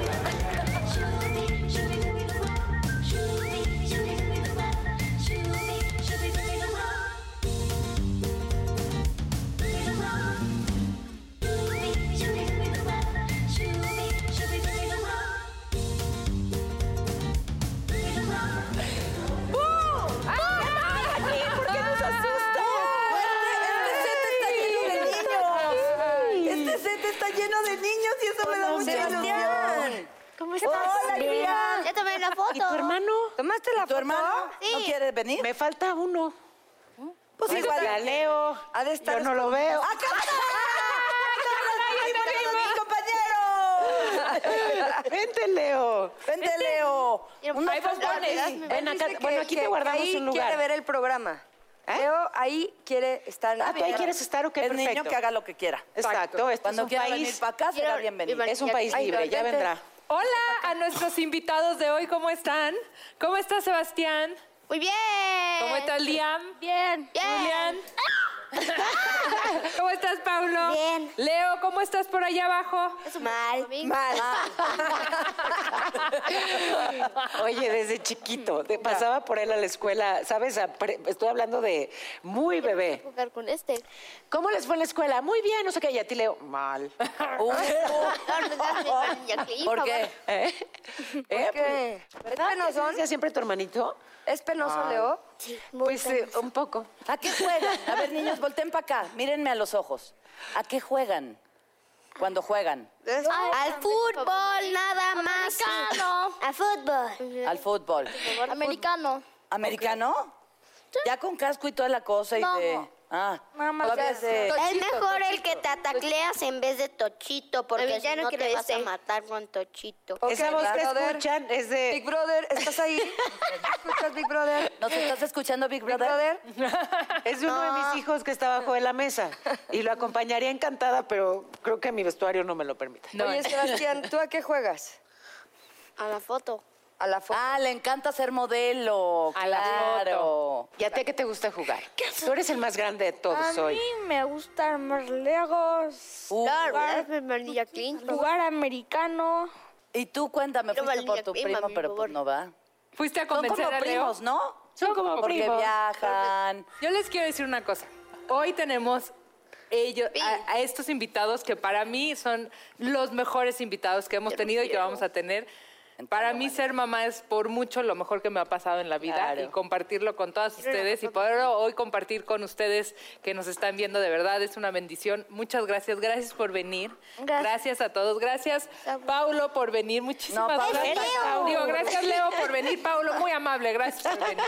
Speaker 3: Este set está lleno de niños y eso me da mucha
Speaker 6: estás?
Speaker 3: Hola, Julia.
Speaker 6: Ya tomé la foto.
Speaker 5: ¿Y tu hermano?
Speaker 3: ¿Tomaste la
Speaker 4: ¿Tu
Speaker 3: foto?
Speaker 4: hermano
Speaker 6: Sí.
Speaker 4: no quiere venir?
Speaker 5: Me falta uno.
Speaker 4: Pues
Speaker 5: Pues
Speaker 4: igual.
Speaker 5: la leo.
Speaker 3: Ha de estar
Speaker 5: Yo no lo veo.
Speaker 4: ¡Acá
Speaker 5: <laughs>
Speaker 4: está! ¡Mis compañeros! <laughs>
Speaker 5: Vente, Leo.
Speaker 4: Vente, Leo. Una
Speaker 2: Ahí vos
Speaker 4: foto.
Speaker 2: pones.
Speaker 5: Ven acá.
Speaker 3: Dice que-
Speaker 5: bueno, aquí
Speaker 3: que-
Speaker 5: te
Speaker 3: que
Speaker 5: guardamos
Speaker 3: ahí
Speaker 5: un lugar. ¿Eh?
Speaker 3: quiere ver el programa. Leo, ahí quiere estar.
Speaker 5: Ah, ¿tú ahí quieres estar o qué?
Speaker 4: El
Speaker 5: Perfecto.
Speaker 4: niño que haga lo que quiera.
Speaker 5: Exacto. Este
Speaker 4: Cuando
Speaker 5: es un
Speaker 4: quiera venir
Speaker 5: país.
Speaker 4: para acá, será
Speaker 6: Quiero-
Speaker 4: bienvenido.
Speaker 6: Iván-
Speaker 5: Es un país
Speaker 3: Ay,
Speaker 5: libre. Ya
Speaker 3: vente.
Speaker 5: vendrá.
Speaker 2: Hola a nuestros invitados de hoy, ¿cómo están? ¿Cómo está Sebastián?
Speaker 6: Muy bien.
Speaker 2: ¿Cómo estás Liam?
Speaker 6: Bien. Bien. <laughs>
Speaker 2: Julián. ¿Cómo estás Pablo?
Speaker 6: Bien.
Speaker 2: Leo, ¿cómo estás por allá abajo?
Speaker 6: Mal.
Speaker 2: <laughs>
Speaker 3: Mal.
Speaker 5: <laughs>
Speaker 6: Ah.
Speaker 5: Oye, desde chiquito. te pasaba por él a la escuela. ¿Sabes? A pre- Estoy hablando de muy bebé.
Speaker 6: jugar con este.
Speaker 5: ¿Cómo les fue en la escuela? Muy bien. No sé qué. Y a ti, Leo.
Speaker 2: <laughs>
Speaker 5: Mal. Uh,
Speaker 6: No, no, no, no, no, ya, sí,
Speaker 4: ¿Por
Speaker 6: favor.
Speaker 4: qué?
Speaker 5: ¿Eh? ¿Eh?
Speaker 3: ¿Qué? ¿Es
Speaker 5: ¿Te
Speaker 3: penosón?
Speaker 5: decía siempre tu hermanito?
Speaker 3: ¿Es penoso, Leo?
Speaker 6: Sí, muy
Speaker 5: Pues eh,
Speaker 6: bien.
Speaker 5: un poco.
Speaker 4: ¿A qué juegan? A ver, niños, volteen para acá. Mírenme a los ojos. ¿A qué juegan? Cuando juegan.
Speaker 6: Al fútbol, nada más. Americano. Al fútbol.
Speaker 4: Al fútbol.
Speaker 6: Americano.
Speaker 4: ¿Americano? Ya con casco y toda la cosa y
Speaker 6: No.
Speaker 4: de. Ah,
Speaker 3: Nada más
Speaker 4: todavía
Speaker 3: ya-
Speaker 4: se-
Speaker 6: Es mejor el que te atacleas en vez de tochito, porque si no te vas a matar con tochito.
Speaker 3: Ok,
Speaker 5: Esa voz que
Speaker 3: Big Brother.
Speaker 5: escuchan es
Speaker 3: Big
Speaker 5: de...
Speaker 3: Brother, ¿estás ahí?
Speaker 5: <laughs>
Speaker 3: ¿Escuchas Big Brother?
Speaker 4: ¿Nos estás escuchando, Big
Speaker 3: Big
Speaker 4: Brother?
Speaker 3: Brother.
Speaker 5: Es de uno de mis hijos que está abajo de la mesa. Y lo acompañaría encantada, pero creo que mi vestuario no me lo permite.
Speaker 3: Oye,
Speaker 5: <laughs>
Speaker 3: Sebastián, ¿tú a qué juegas?
Speaker 6: A la foto.
Speaker 3: A la foto.
Speaker 4: Ah, le encanta ser modelo.
Speaker 5: A la
Speaker 4: claro.
Speaker 5: ¿Y a ti a qué te gusta jugar? Tú eres el más grande de todos hoy.
Speaker 7: me gusta armar legos,
Speaker 4: Uh,
Speaker 6: Claro, primer día Clinton.
Speaker 7: jugar americano.
Speaker 4: y tú cuéntame,
Speaker 6: Quiero
Speaker 4: fuiste por
Speaker 6: valer
Speaker 4: tu
Speaker 6: prima,
Speaker 4: primo,
Speaker 6: mi
Speaker 4: pero
Speaker 6: favor.
Speaker 4: pues no va.
Speaker 2: Fuiste a
Speaker 4: Son
Speaker 2: convencer
Speaker 4: como
Speaker 2: a Leo.
Speaker 4: primos, ¿no?
Speaker 5: Son como
Speaker 4: Porque
Speaker 5: primos.
Speaker 4: viajan.
Speaker 2: Yo les quiero decir una cosa. Hoy tenemos ellos, a, a estos invitados que para mí son los mejores invitados que hemos tenido y que vamos a tener. Para mí ser mamá es por mucho lo mejor que me ha pasado en la vida
Speaker 4: Claro.
Speaker 2: y compartirlo con todas ustedes y poder hoy compartir con ustedes que nos están viendo de verdad es una bendición. Muchas gracias, gracias por venir. Gracias,
Speaker 7: Gracias.
Speaker 2: a todos, gracias Paulo por venir, muchísimas
Speaker 4: No, Paulo,
Speaker 2: gracias.
Speaker 4: es Leo.
Speaker 2: Digo, gracias Leo por venir, Paulo, muy amable, gracias por
Speaker 3: <laughs>
Speaker 2: venir.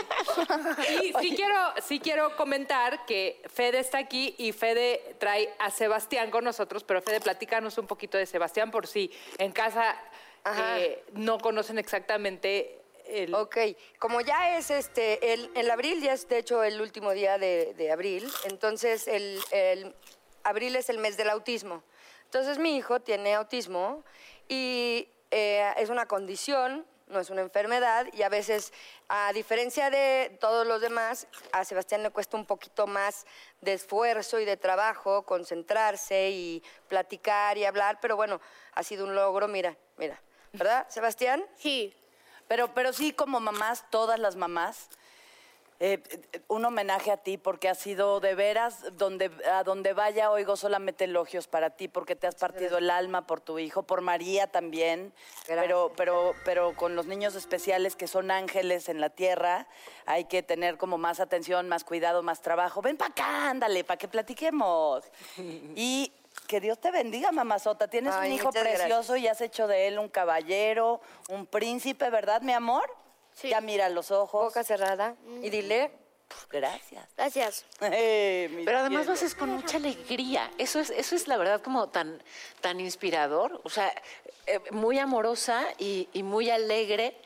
Speaker 2: Y sí quiero, sí quiero comentar que Fede está aquí y Fede trae a Sebastián con nosotros, pero Fede, platícanos un poquito de Sebastián por si en casa
Speaker 3: Ajá.
Speaker 2: eh, no conocen exactamente el...
Speaker 3: Ok, como ya es este, el, el abril ya es de hecho el último día de, de abril, entonces el, el abril es el mes del autismo. Entonces mi hijo tiene autismo y eh, es una condición, no es una enfermedad y a veces, a diferencia de todos los demás, a Sebastián le cuesta un poquito más de esfuerzo y de trabajo concentrarse y platicar y hablar, pero bueno, ha sido un logro, mira, mira, ¿verdad, Sebastián?
Speaker 6: Sí.
Speaker 4: Pero, pero sí, como mamás, todas las mamás, eh, eh, un homenaje a ti porque has sido de veras, donde, a donde vaya oigo solamente elogios para ti porque te has partido el alma por tu hijo, por María también, pero, pero, pero con los niños especiales que son ángeles en la tierra hay que tener como más atención, más cuidado, más trabajo. Ven para acá, ándale, para que platiquemos. Y que Dios te bendiga, mamazota. Tienes
Speaker 3: Ay,
Speaker 4: un hijo
Speaker 3: muchas gracias.
Speaker 4: precioso esposo y has hecho de él un caballero, un príncipe, ¿verdad, mi amor?
Speaker 6: Sí.
Speaker 4: Ya mira los ojos.
Speaker 3: boca cerrada y dile,
Speaker 4: Gracias.
Speaker 6: Gracias.
Speaker 4: Eh, mi
Speaker 5: Pero además lo
Speaker 4: cielo.
Speaker 5: haces con mucha alegría. Eso es, eso es la verdad como tan, tan inspirador. O sea, eh, muy amorosa y, y muy alegre.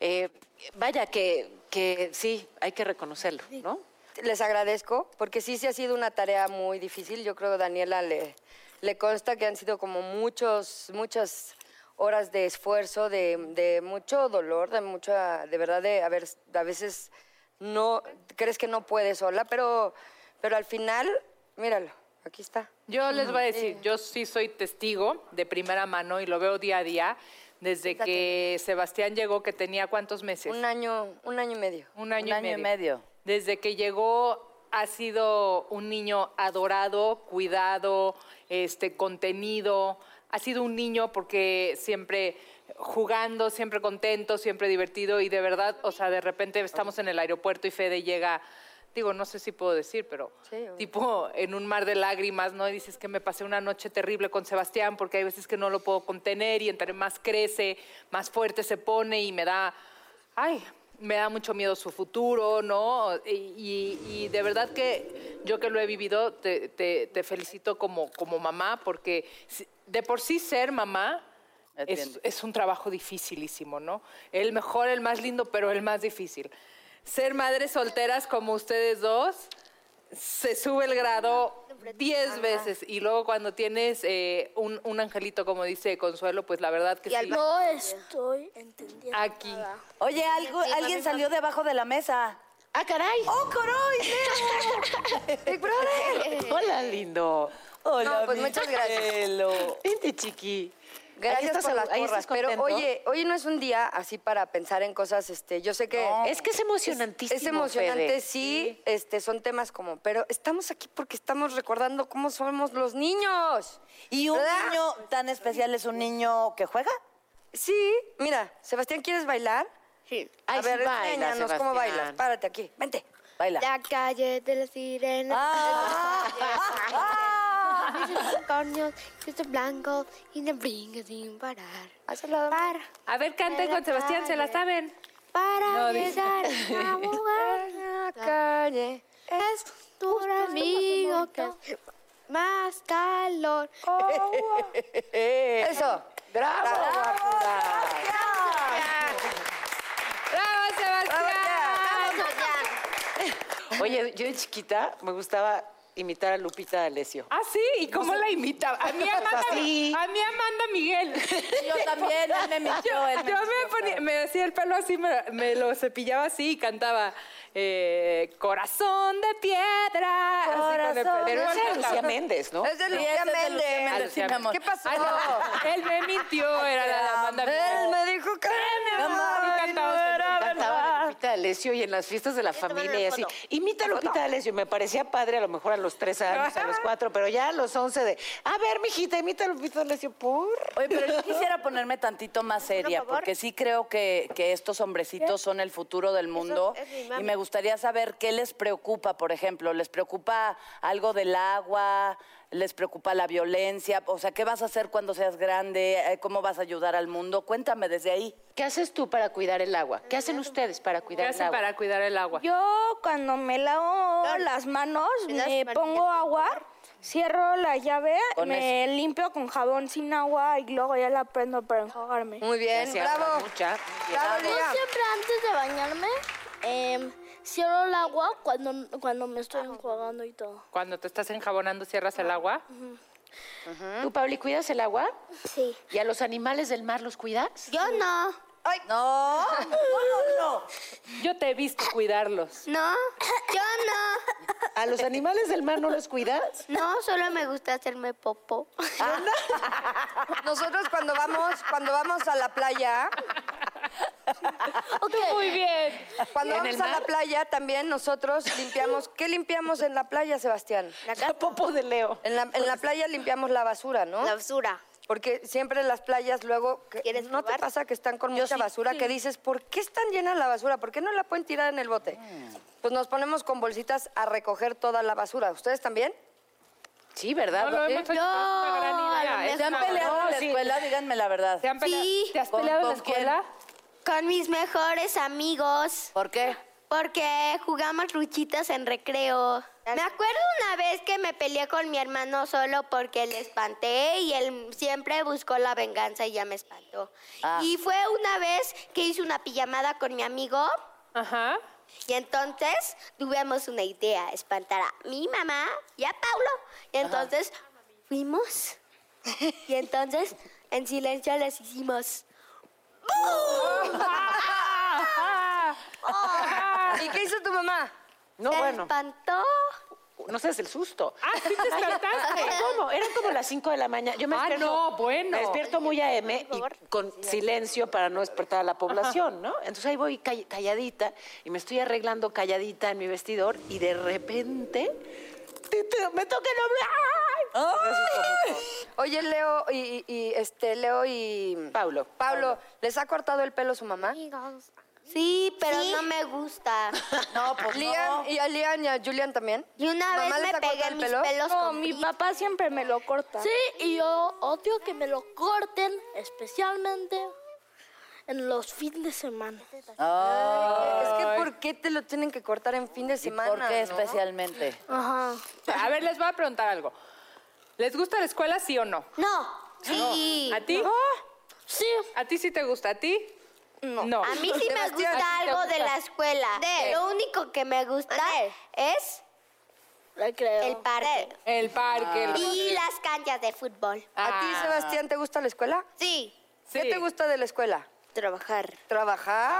Speaker 5: Eh, vaya que, que sí, hay que reconocerlo, ¿no?
Speaker 3: les agradezco, porque sí, sí ha sido una tarea muy difícil. Yo creo que Daniela le, le consta que han sido como muchos, muchas horas de esfuerzo, de, de mucho dolor, de mucha, de verdad, de haber, a veces no, crees que no puedes sola, pero, pero al final, míralo, aquí está.
Speaker 2: Yo les
Speaker 3: eh,
Speaker 2: voy a decir, yo sí soy testigo de primera mano y lo veo día a día desde que Sebastián llegó, que tenía cuántos meses.
Speaker 3: Un año, un año y medio.
Speaker 2: Un año,
Speaker 4: Un año y medio.
Speaker 2: Desde que llegó ha sido un niño adorado, cuidado, este contenido. Ha sido un niño porque siempre jugando, siempre contento, siempre divertido y de verdad, o sea, de repente estamos en el aeropuerto y Fede llega digo, no sé si puedo decir, pero tipo en un mar de lágrimas, ¿no? Y dices que me pasé una noche terrible con Sebastián porque hay veces que no lo puedo contener y entre más crece, más fuerte se pone y me da, ay, me da mucho miedo su futuro, ¿no? Y, y- y de verdad que yo que lo he vivido, te, te- te felicito como, como mamá porque si- de por sí ser mamá... Es,
Speaker 4: Entiendo.
Speaker 2: es un trabajo dificilísimo, ¿no? El mejor, el más lindo, pero el más difícil. Ser madres solteras como ustedes dos, se sube el grado 10 veces. Y luego cuando tienes eh, un, un angelito, como dice Consuelo, pues la verdad que sí.
Speaker 7: No estoy entendiendo.
Speaker 2: Aquí.
Speaker 7: nada.
Speaker 4: Oye, algo, alguien salió debajo de la mesa.
Speaker 5: ¡Ah, caray!
Speaker 4: ¡Oh, Coroy!
Speaker 3: <laughs>
Speaker 4: Leo!
Speaker 3: Big Brother.
Speaker 5: Hola, lindo.
Speaker 4: Hola,
Speaker 3: No, pues
Speaker 4: mi
Speaker 3: muchas gracias.
Speaker 4: cielo.
Speaker 5: Vente, chiqui. Ahí
Speaker 3: Gracias
Speaker 5: estás
Speaker 3: por
Speaker 5: a-
Speaker 3: las
Speaker 5: ahí
Speaker 3: porras,
Speaker 5: estás
Speaker 3: pero
Speaker 5: contento.
Speaker 3: oye, hoy no es un día así para pensar en cosas, este, yo sé que
Speaker 5: Es que es emocionantísimo.
Speaker 3: es emocionante,
Speaker 5: Fede.
Speaker 3: sí, este, son temas como, pero estamos aquí porque estamos recordando cómo somos los niños.
Speaker 4: ¿Y un
Speaker 3: ¿Verdad?
Speaker 4: niño tan especial es un niño que juega?
Speaker 3: Sí, mira, Sebastián, ¿quieres bailar?
Speaker 5: Sí.
Speaker 3: a
Speaker 5: Ay, sí
Speaker 3: ver,
Speaker 5: baila,
Speaker 3: enséñanos cómo
Speaker 5: Sebastián.
Speaker 3: bailas. Párate aquí, vente.
Speaker 4: Baila.
Speaker 7: La calle de las sirenas.
Speaker 4: Ah,
Speaker 7: <laughs> Unicornios, Cristo blanco y de brinca sin parar. Para,
Speaker 2: A ver, canten con Sebastián, se la saben.
Speaker 7: para
Speaker 2: No, dice-
Speaker 7: llegar
Speaker 2: <laughs>
Speaker 7: a jugar. La calle es tu amigo que más calor.
Speaker 3: Eso.
Speaker 2: ¡Bravo, Sebastián!
Speaker 5: Oye, yo de chiquita me gustaba imitar a Lupita D'Alessio.
Speaker 2: Ah, sí, ¿y cómo la imita? A mí Amanda,
Speaker 5: Sí.
Speaker 2: a mí Amanda Miguel. <laughs>
Speaker 4: yo también, él me imitó, él me
Speaker 2: Yo me,
Speaker 4: imitó.
Speaker 2: ponía, me hacía el pelo así, me, me lo cepillaba así y cantaba eh, Corazón de piedra. así con el
Speaker 4: Corazón
Speaker 2: pelo.
Speaker 5: Pero
Speaker 2: Igual
Speaker 5: esa es
Speaker 2: cantaba.
Speaker 5: Lucía Méndez, ¿no?
Speaker 3: Es de Lucía
Speaker 4: ese es de
Speaker 3: Méndez.
Speaker 4: Lucía
Speaker 2: Ah,
Speaker 4: Méndez,
Speaker 2: Lucía
Speaker 4: sí, mi amor.
Speaker 3: ¿Qué pasó?
Speaker 2: Ay, no, él me mintió, era la de Amanda
Speaker 3: Él
Speaker 2: Miguel.
Speaker 3: me dijo que
Speaker 2: No,
Speaker 3: no,
Speaker 2: mames,
Speaker 3: no era
Speaker 5: Cantaba a Lupita D'Alessio y en las fiestas de la familia y así. Imita a Lupita D'Alessio. Me parecía padre a lo mejor a los tres años, a
Speaker 2: <laughs>
Speaker 5: los cuatro, pero ya a los once de, a ver, mijita, imita a Lupita D'Alessio, por...
Speaker 4: Oye, pero yo quisiera ponerme tantito más seria, porque sí creo que, que estos hombrecitos son el futuro del mundo.
Speaker 7: es mi
Speaker 4: y
Speaker 7: mami.
Speaker 4: me gustaría saber qué les preocupa, por ejemplo. ¿Les preocupa algo del agua? ¿Les preocupa la violencia? O sea, ¿qué vas a hacer cuando seas grande? Eh, ¿Cómo vas a ayudar al mundo? Cuéntame desde ahí.
Speaker 5: ¿Qué haces tú para cuidar el agua? ¿Qué hacen ustedes para
Speaker 2: ¿Qué
Speaker 5: cuidar el
Speaker 2: hacen
Speaker 5: agua?
Speaker 2: para cuidar el agua?
Speaker 7: Yo cuando me lavo las manos, me pongo agua, cierro la llave,
Speaker 4: Con
Speaker 7: me limpio con jabón sin agua y luego ya la prendo para enjuagarme.
Speaker 3: Muy bien,
Speaker 5: Se habla
Speaker 3: bravo.
Speaker 5: mucha.
Speaker 3: Bravo, Lía.
Speaker 7: siempre antes de bañarme em, cierro el agua cuando, cuando me estoy enjuagando y todo.
Speaker 2: Cuando te estás enjabonando, cierras el agua.
Speaker 5: ¿Tú, Pauli, cuidas el agua?
Speaker 7: Sí.
Speaker 5: ¿Y a los animales del mar los cuidas?
Speaker 7: Yo no.
Speaker 5: <laughs>
Speaker 4: No, no, no.
Speaker 2: Yo te he visto cuidarlos.
Speaker 7: No, yo no.
Speaker 5: ¿A los animales del mar no los cuidas? Ah.
Speaker 7: No, solo me gusta hacerme popo.
Speaker 3: Nosotros cuando vamos, cuando vamos a la playa,
Speaker 2: Muy bien.
Speaker 3: cuando
Speaker 5: ¿En el
Speaker 3: vamos a la
Speaker 5: mar?
Speaker 3: playa también nosotros limpiamos. ¿Qué limpiamos en la playa, Sebastián?
Speaker 5: La popo de Leo.
Speaker 3: En la, en la playa limpiamos la basura, ¿no?
Speaker 6: La basura.
Speaker 3: Porque siempre las playas luego... que-
Speaker 6: ¿Quieres
Speaker 3: ¿No te
Speaker 6: probar?
Speaker 3: pasa que están con mucha basura? Que dices, ¿por qué están llenas la basura? ¿Por qué no la pueden tirar en el bote? Pues nos ponemos con bolsitas a recoger toda la basura. ¿Ustedes también?
Speaker 5: Sí, ¿verdad?
Speaker 2: No lo hemos hecho. es una gran idea. es
Speaker 4: ¿Se han
Speaker 2: una-
Speaker 4: peleado en
Speaker 2: No,
Speaker 4: la
Speaker 2: sí.
Speaker 4: escuela? Díganme la verdad.
Speaker 2: ¿Te, han peleado?
Speaker 6: Sí.
Speaker 2: ¿Te has
Speaker 4: ¿Con-
Speaker 2: peleado en la
Speaker 4: con quién?
Speaker 2: escuela?
Speaker 6: Con mis mejores amigos.
Speaker 4: ¿Por qué?
Speaker 6: Porque jugamos luchitas en recreo. Me acuerdo una vez que me peleé con mi hermano solo porque le espanté y él siempre buscó la venganza y ya me espantó.
Speaker 4: Ah.
Speaker 2: <laughs>
Speaker 6: Y fue una vez que hice una pijamada con mi amigo
Speaker 2: Ajá.
Speaker 6: y entonces tuvimos una idea, espantar a mi mamá y a Paulo. Y entonces fuimos y entonces en silencio les hicimos...
Speaker 3: Ah, ¿Y qué hizo tu mamá?
Speaker 5: No,
Speaker 6: Se
Speaker 5: bueno,
Speaker 6: espantó.
Speaker 5: no seas el susto.
Speaker 2: Ah, sí
Speaker 5: <laughs>
Speaker 2: te espantaste.
Speaker 5: ¿Cómo? Eran como las 5 de la mañana. Yo me
Speaker 2: Ah,
Speaker 5: despierto,
Speaker 2: no, bueno.
Speaker 5: Me despierto muy AM y con silencio para no despertar a la población, ¿no? Entonces ahí voy call- calladita y me estoy arreglando calladita en mi vestidor y de repente te- te- me toca el hombre. ¡Ay!
Speaker 3: Oye, Leo y, y- y, este, Leo y...
Speaker 5: Paulo.
Speaker 3: Pablo, ¿les ha cortado el pelo su mamá?
Speaker 6: Sí, pero no me
Speaker 3: <laughs>
Speaker 6: gusta.
Speaker 4: No, pues
Speaker 3: Lian, ¿Y a Lian y a Julian también?
Speaker 6: Y una
Speaker 3: ¿Mamá
Speaker 6: vez
Speaker 3: les
Speaker 6: me
Speaker 3: ha cortado
Speaker 6: pegué
Speaker 3: el
Speaker 6: mis
Speaker 3: pelo?
Speaker 6: pelos
Speaker 7: No,
Speaker 6: con
Speaker 7: mi papá siempre me lo corta. Sí, y yo odio que me lo corten, especialmente en los fines de semana.
Speaker 3: Es que ¿por qué te lo tienen que cortar en fin de semana?
Speaker 4: ¿Por qué
Speaker 3: no?
Speaker 4: especialmente?
Speaker 7: Ajá.
Speaker 2: A ver, les voy a preguntar algo. ¿Les gusta la escuela, sí o no?
Speaker 6: No, sí.
Speaker 2: ¿A ti?
Speaker 7: Sí.
Speaker 2: ¿A ti sí te gusta? ¿A ti? No. no.
Speaker 6: A mí sí me
Speaker 2: Sebastián,
Speaker 6: gusta
Speaker 2: ¿a ti te
Speaker 6: algo de
Speaker 2: gusta?
Speaker 6: la escuela. Lo único que me gusta es
Speaker 7: Recreo.
Speaker 6: el parque
Speaker 2: El parque.
Speaker 3: Ah.
Speaker 2: el-
Speaker 6: y las canchas
Speaker 3: <laughs>
Speaker 6: de fútbol.
Speaker 3: ¿A
Speaker 8: Ah.
Speaker 3: ti, Sebastián, te gusta la escuela?
Speaker 6: Sí,
Speaker 3: ¿Qué
Speaker 2: Sí.
Speaker 3: te gusta de la escuela?
Speaker 6: trabajar,
Speaker 3: Trabajar.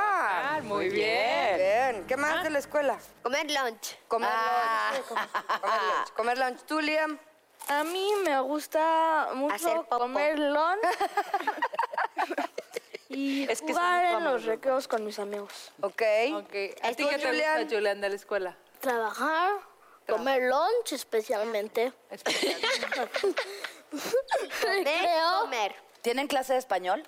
Speaker 2: Ah, Muy bien.
Speaker 3: Bien. ¿Qué
Speaker 7: Ah.
Speaker 3: más de la escuela?
Speaker 6: comer lunch.
Speaker 3: Comer
Speaker 8: Ah.
Speaker 3: lunch.
Speaker 8: <laughs>
Speaker 3: Comer lunch. Comer lunch. ¿Tú, Liam?
Speaker 7: A mí me gusta mucho
Speaker 6: Hacer popó.
Speaker 3: <laughs>
Speaker 7: comer lon y
Speaker 9: Es que es
Speaker 7: jugar
Speaker 9: muy
Speaker 7: en los recreos con mis amigos.
Speaker 3: Ok.
Speaker 2: Ok. ¿A ti
Speaker 3: ¿Tú,
Speaker 2: qué te
Speaker 3: Julián?
Speaker 2: gusta, Julián, de la escuela?
Speaker 7: Trabajar, comer lunch especialmente. <laughs>
Speaker 6: Creo.
Speaker 7: Recreo.
Speaker 6: Comer.
Speaker 4: ¿Tienen clase de español?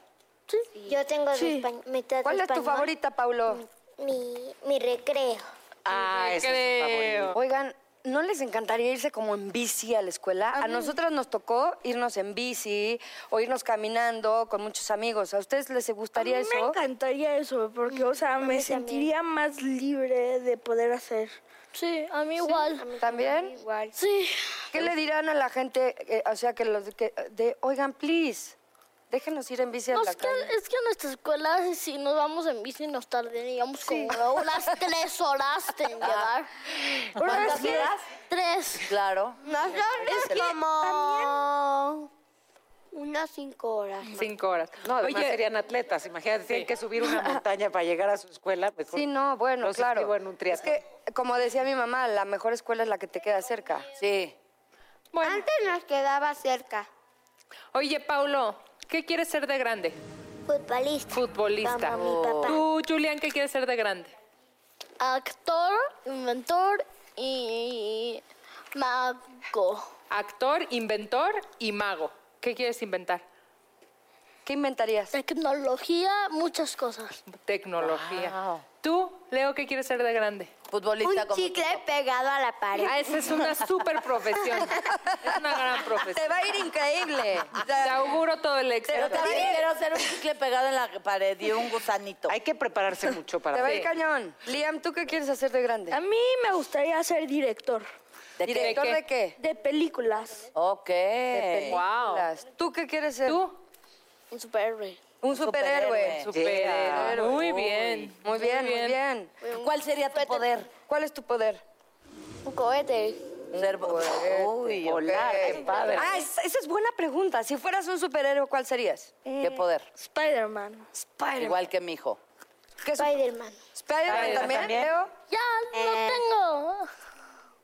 Speaker 8: Yo tengo
Speaker 7: Sí.
Speaker 8: mitad de
Speaker 3: ¿Cuál es tu
Speaker 8: español.
Speaker 3: favorita, Paulo?
Speaker 8: Mi, mi recreo.
Speaker 4: Ah, ese es su favorito.
Speaker 3: Oigan, ¿no les encantaría irse como en bici a la escuela? A nosotras nos tocó irnos en bici o irnos caminando con muchos amigos. ¿A ustedes les gustaría
Speaker 7: A mí Me
Speaker 3: eso?
Speaker 7: encantaría eso, porque, o sea, me sentiría más libre de poder hacer. Sí, a mí igual.
Speaker 3: ¿También?
Speaker 7: Sí.
Speaker 3: ¿Qué le dirán a la gente, eh, o sea, que los que, de, oigan, please, déjenos ir en bici a
Speaker 7: No,
Speaker 3: la
Speaker 7: es, que,
Speaker 3: calle?
Speaker 7: es que en nuestra escuela, si nos vamos en bici, nos tardaríamos como
Speaker 3: <laughs>
Speaker 7: unas tres horas en
Speaker 3: Ah,
Speaker 7: llegar.
Speaker 4: ¿Cuántas horas?
Speaker 7: Tres.
Speaker 4: Claro.
Speaker 6: Nosotros como unas cinco horas.
Speaker 2: Cinco horas.
Speaker 5: No, además
Speaker 2: Oye,
Speaker 5: serían atletas. Imagínate, tienen que subir
Speaker 2: <laughs>
Speaker 5: una montaña para llegar a su escuela. Mejor
Speaker 3: Sí, no, bueno,
Speaker 5: los
Speaker 3: claro.
Speaker 5: inscribo en un
Speaker 3: es
Speaker 5: triatlón.
Speaker 3: que, como decía mi mamá, la mejor escuela es la que te queda cerca.
Speaker 4: Sí.
Speaker 2: bueno.
Speaker 6: Antes nos quedaba cerca.
Speaker 2: Oye, Paulo, ¿qué quieres ser de grande?
Speaker 8: Futbolista.
Speaker 2: Futbolista.
Speaker 8: Como mi papá.
Speaker 2: Tú, Julián, ¿qué quieres ser de grande?
Speaker 7: Actor, inventor y mago.
Speaker 2: Actor, inventor y mago. ¿Qué quieres inventar?
Speaker 3: ¿Qué inventarías?
Speaker 7: Tecnología, muchas cosas.
Speaker 2: Tecnología. Tú, Leo, ¿qué quieres ser de grande?
Speaker 4: Futbolista
Speaker 6: Un
Speaker 4: como...
Speaker 6: chicle pegado a la pared.
Speaker 2: Ah, esa es una super profesión. Es una gran
Speaker 3: <laughs> Te
Speaker 2: profesión.
Speaker 3: va a ir increíble. O
Speaker 2: Te
Speaker 3: sea,
Speaker 2: auguro todo el éxito.
Speaker 4: Pero también quiero hacer un chicle pegado en la pared y un gusanito.
Speaker 5: Hay que prepararse mucho
Speaker 2: <laughs>
Speaker 3: te
Speaker 5: para
Speaker 3: va a ir cañón. Liam, ¿tú qué quieres hacer de grande?
Speaker 7: A mí me gustaría ser director
Speaker 4: ¿De qué?
Speaker 3: ¿Director
Speaker 2: ¿De
Speaker 3: de qué? Oh,
Speaker 7: de películas.
Speaker 4: Ok.
Speaker 2: Wow.
Speaker 3: Las- ¿Tú qué quieres ser?
Speaker 2: Tú,
Speaker 7: Un superhéroe.
Speaker 3: Un superhéroe.
Speaker 2: superhéroe. Muy bien.
Speaker 3: Muy bien, muy bien.
Speaker 4: ¿Cuál sería tu poder?
Speaker 3: ¿Cuál es tu poder?
Speaker 7: Un cohete.
Speaker 4: Ser... Uy, ok.
Speaker 5: volar. Pues, Qué padre.
Speaker 3: Ah, es- esa es buena pregunta. Si fueras un superhéroe, ¿cuál serías?
Speaker 4: ¿Qué poder?
Speaker 7: Spider-Man.
Speaker 3: Spider-Man.
Speaker 4: Igual que mi hijo.
Speaker 3: ¿Qué es-
Speaker 8: Spider-Man.
Speaker 3: Spider-Man también,
Speaker 5: también.
Speaker 3: Leo?
Speaker 7: Ya, no
Speaker 6: Eh.
Speaker 7: tengo.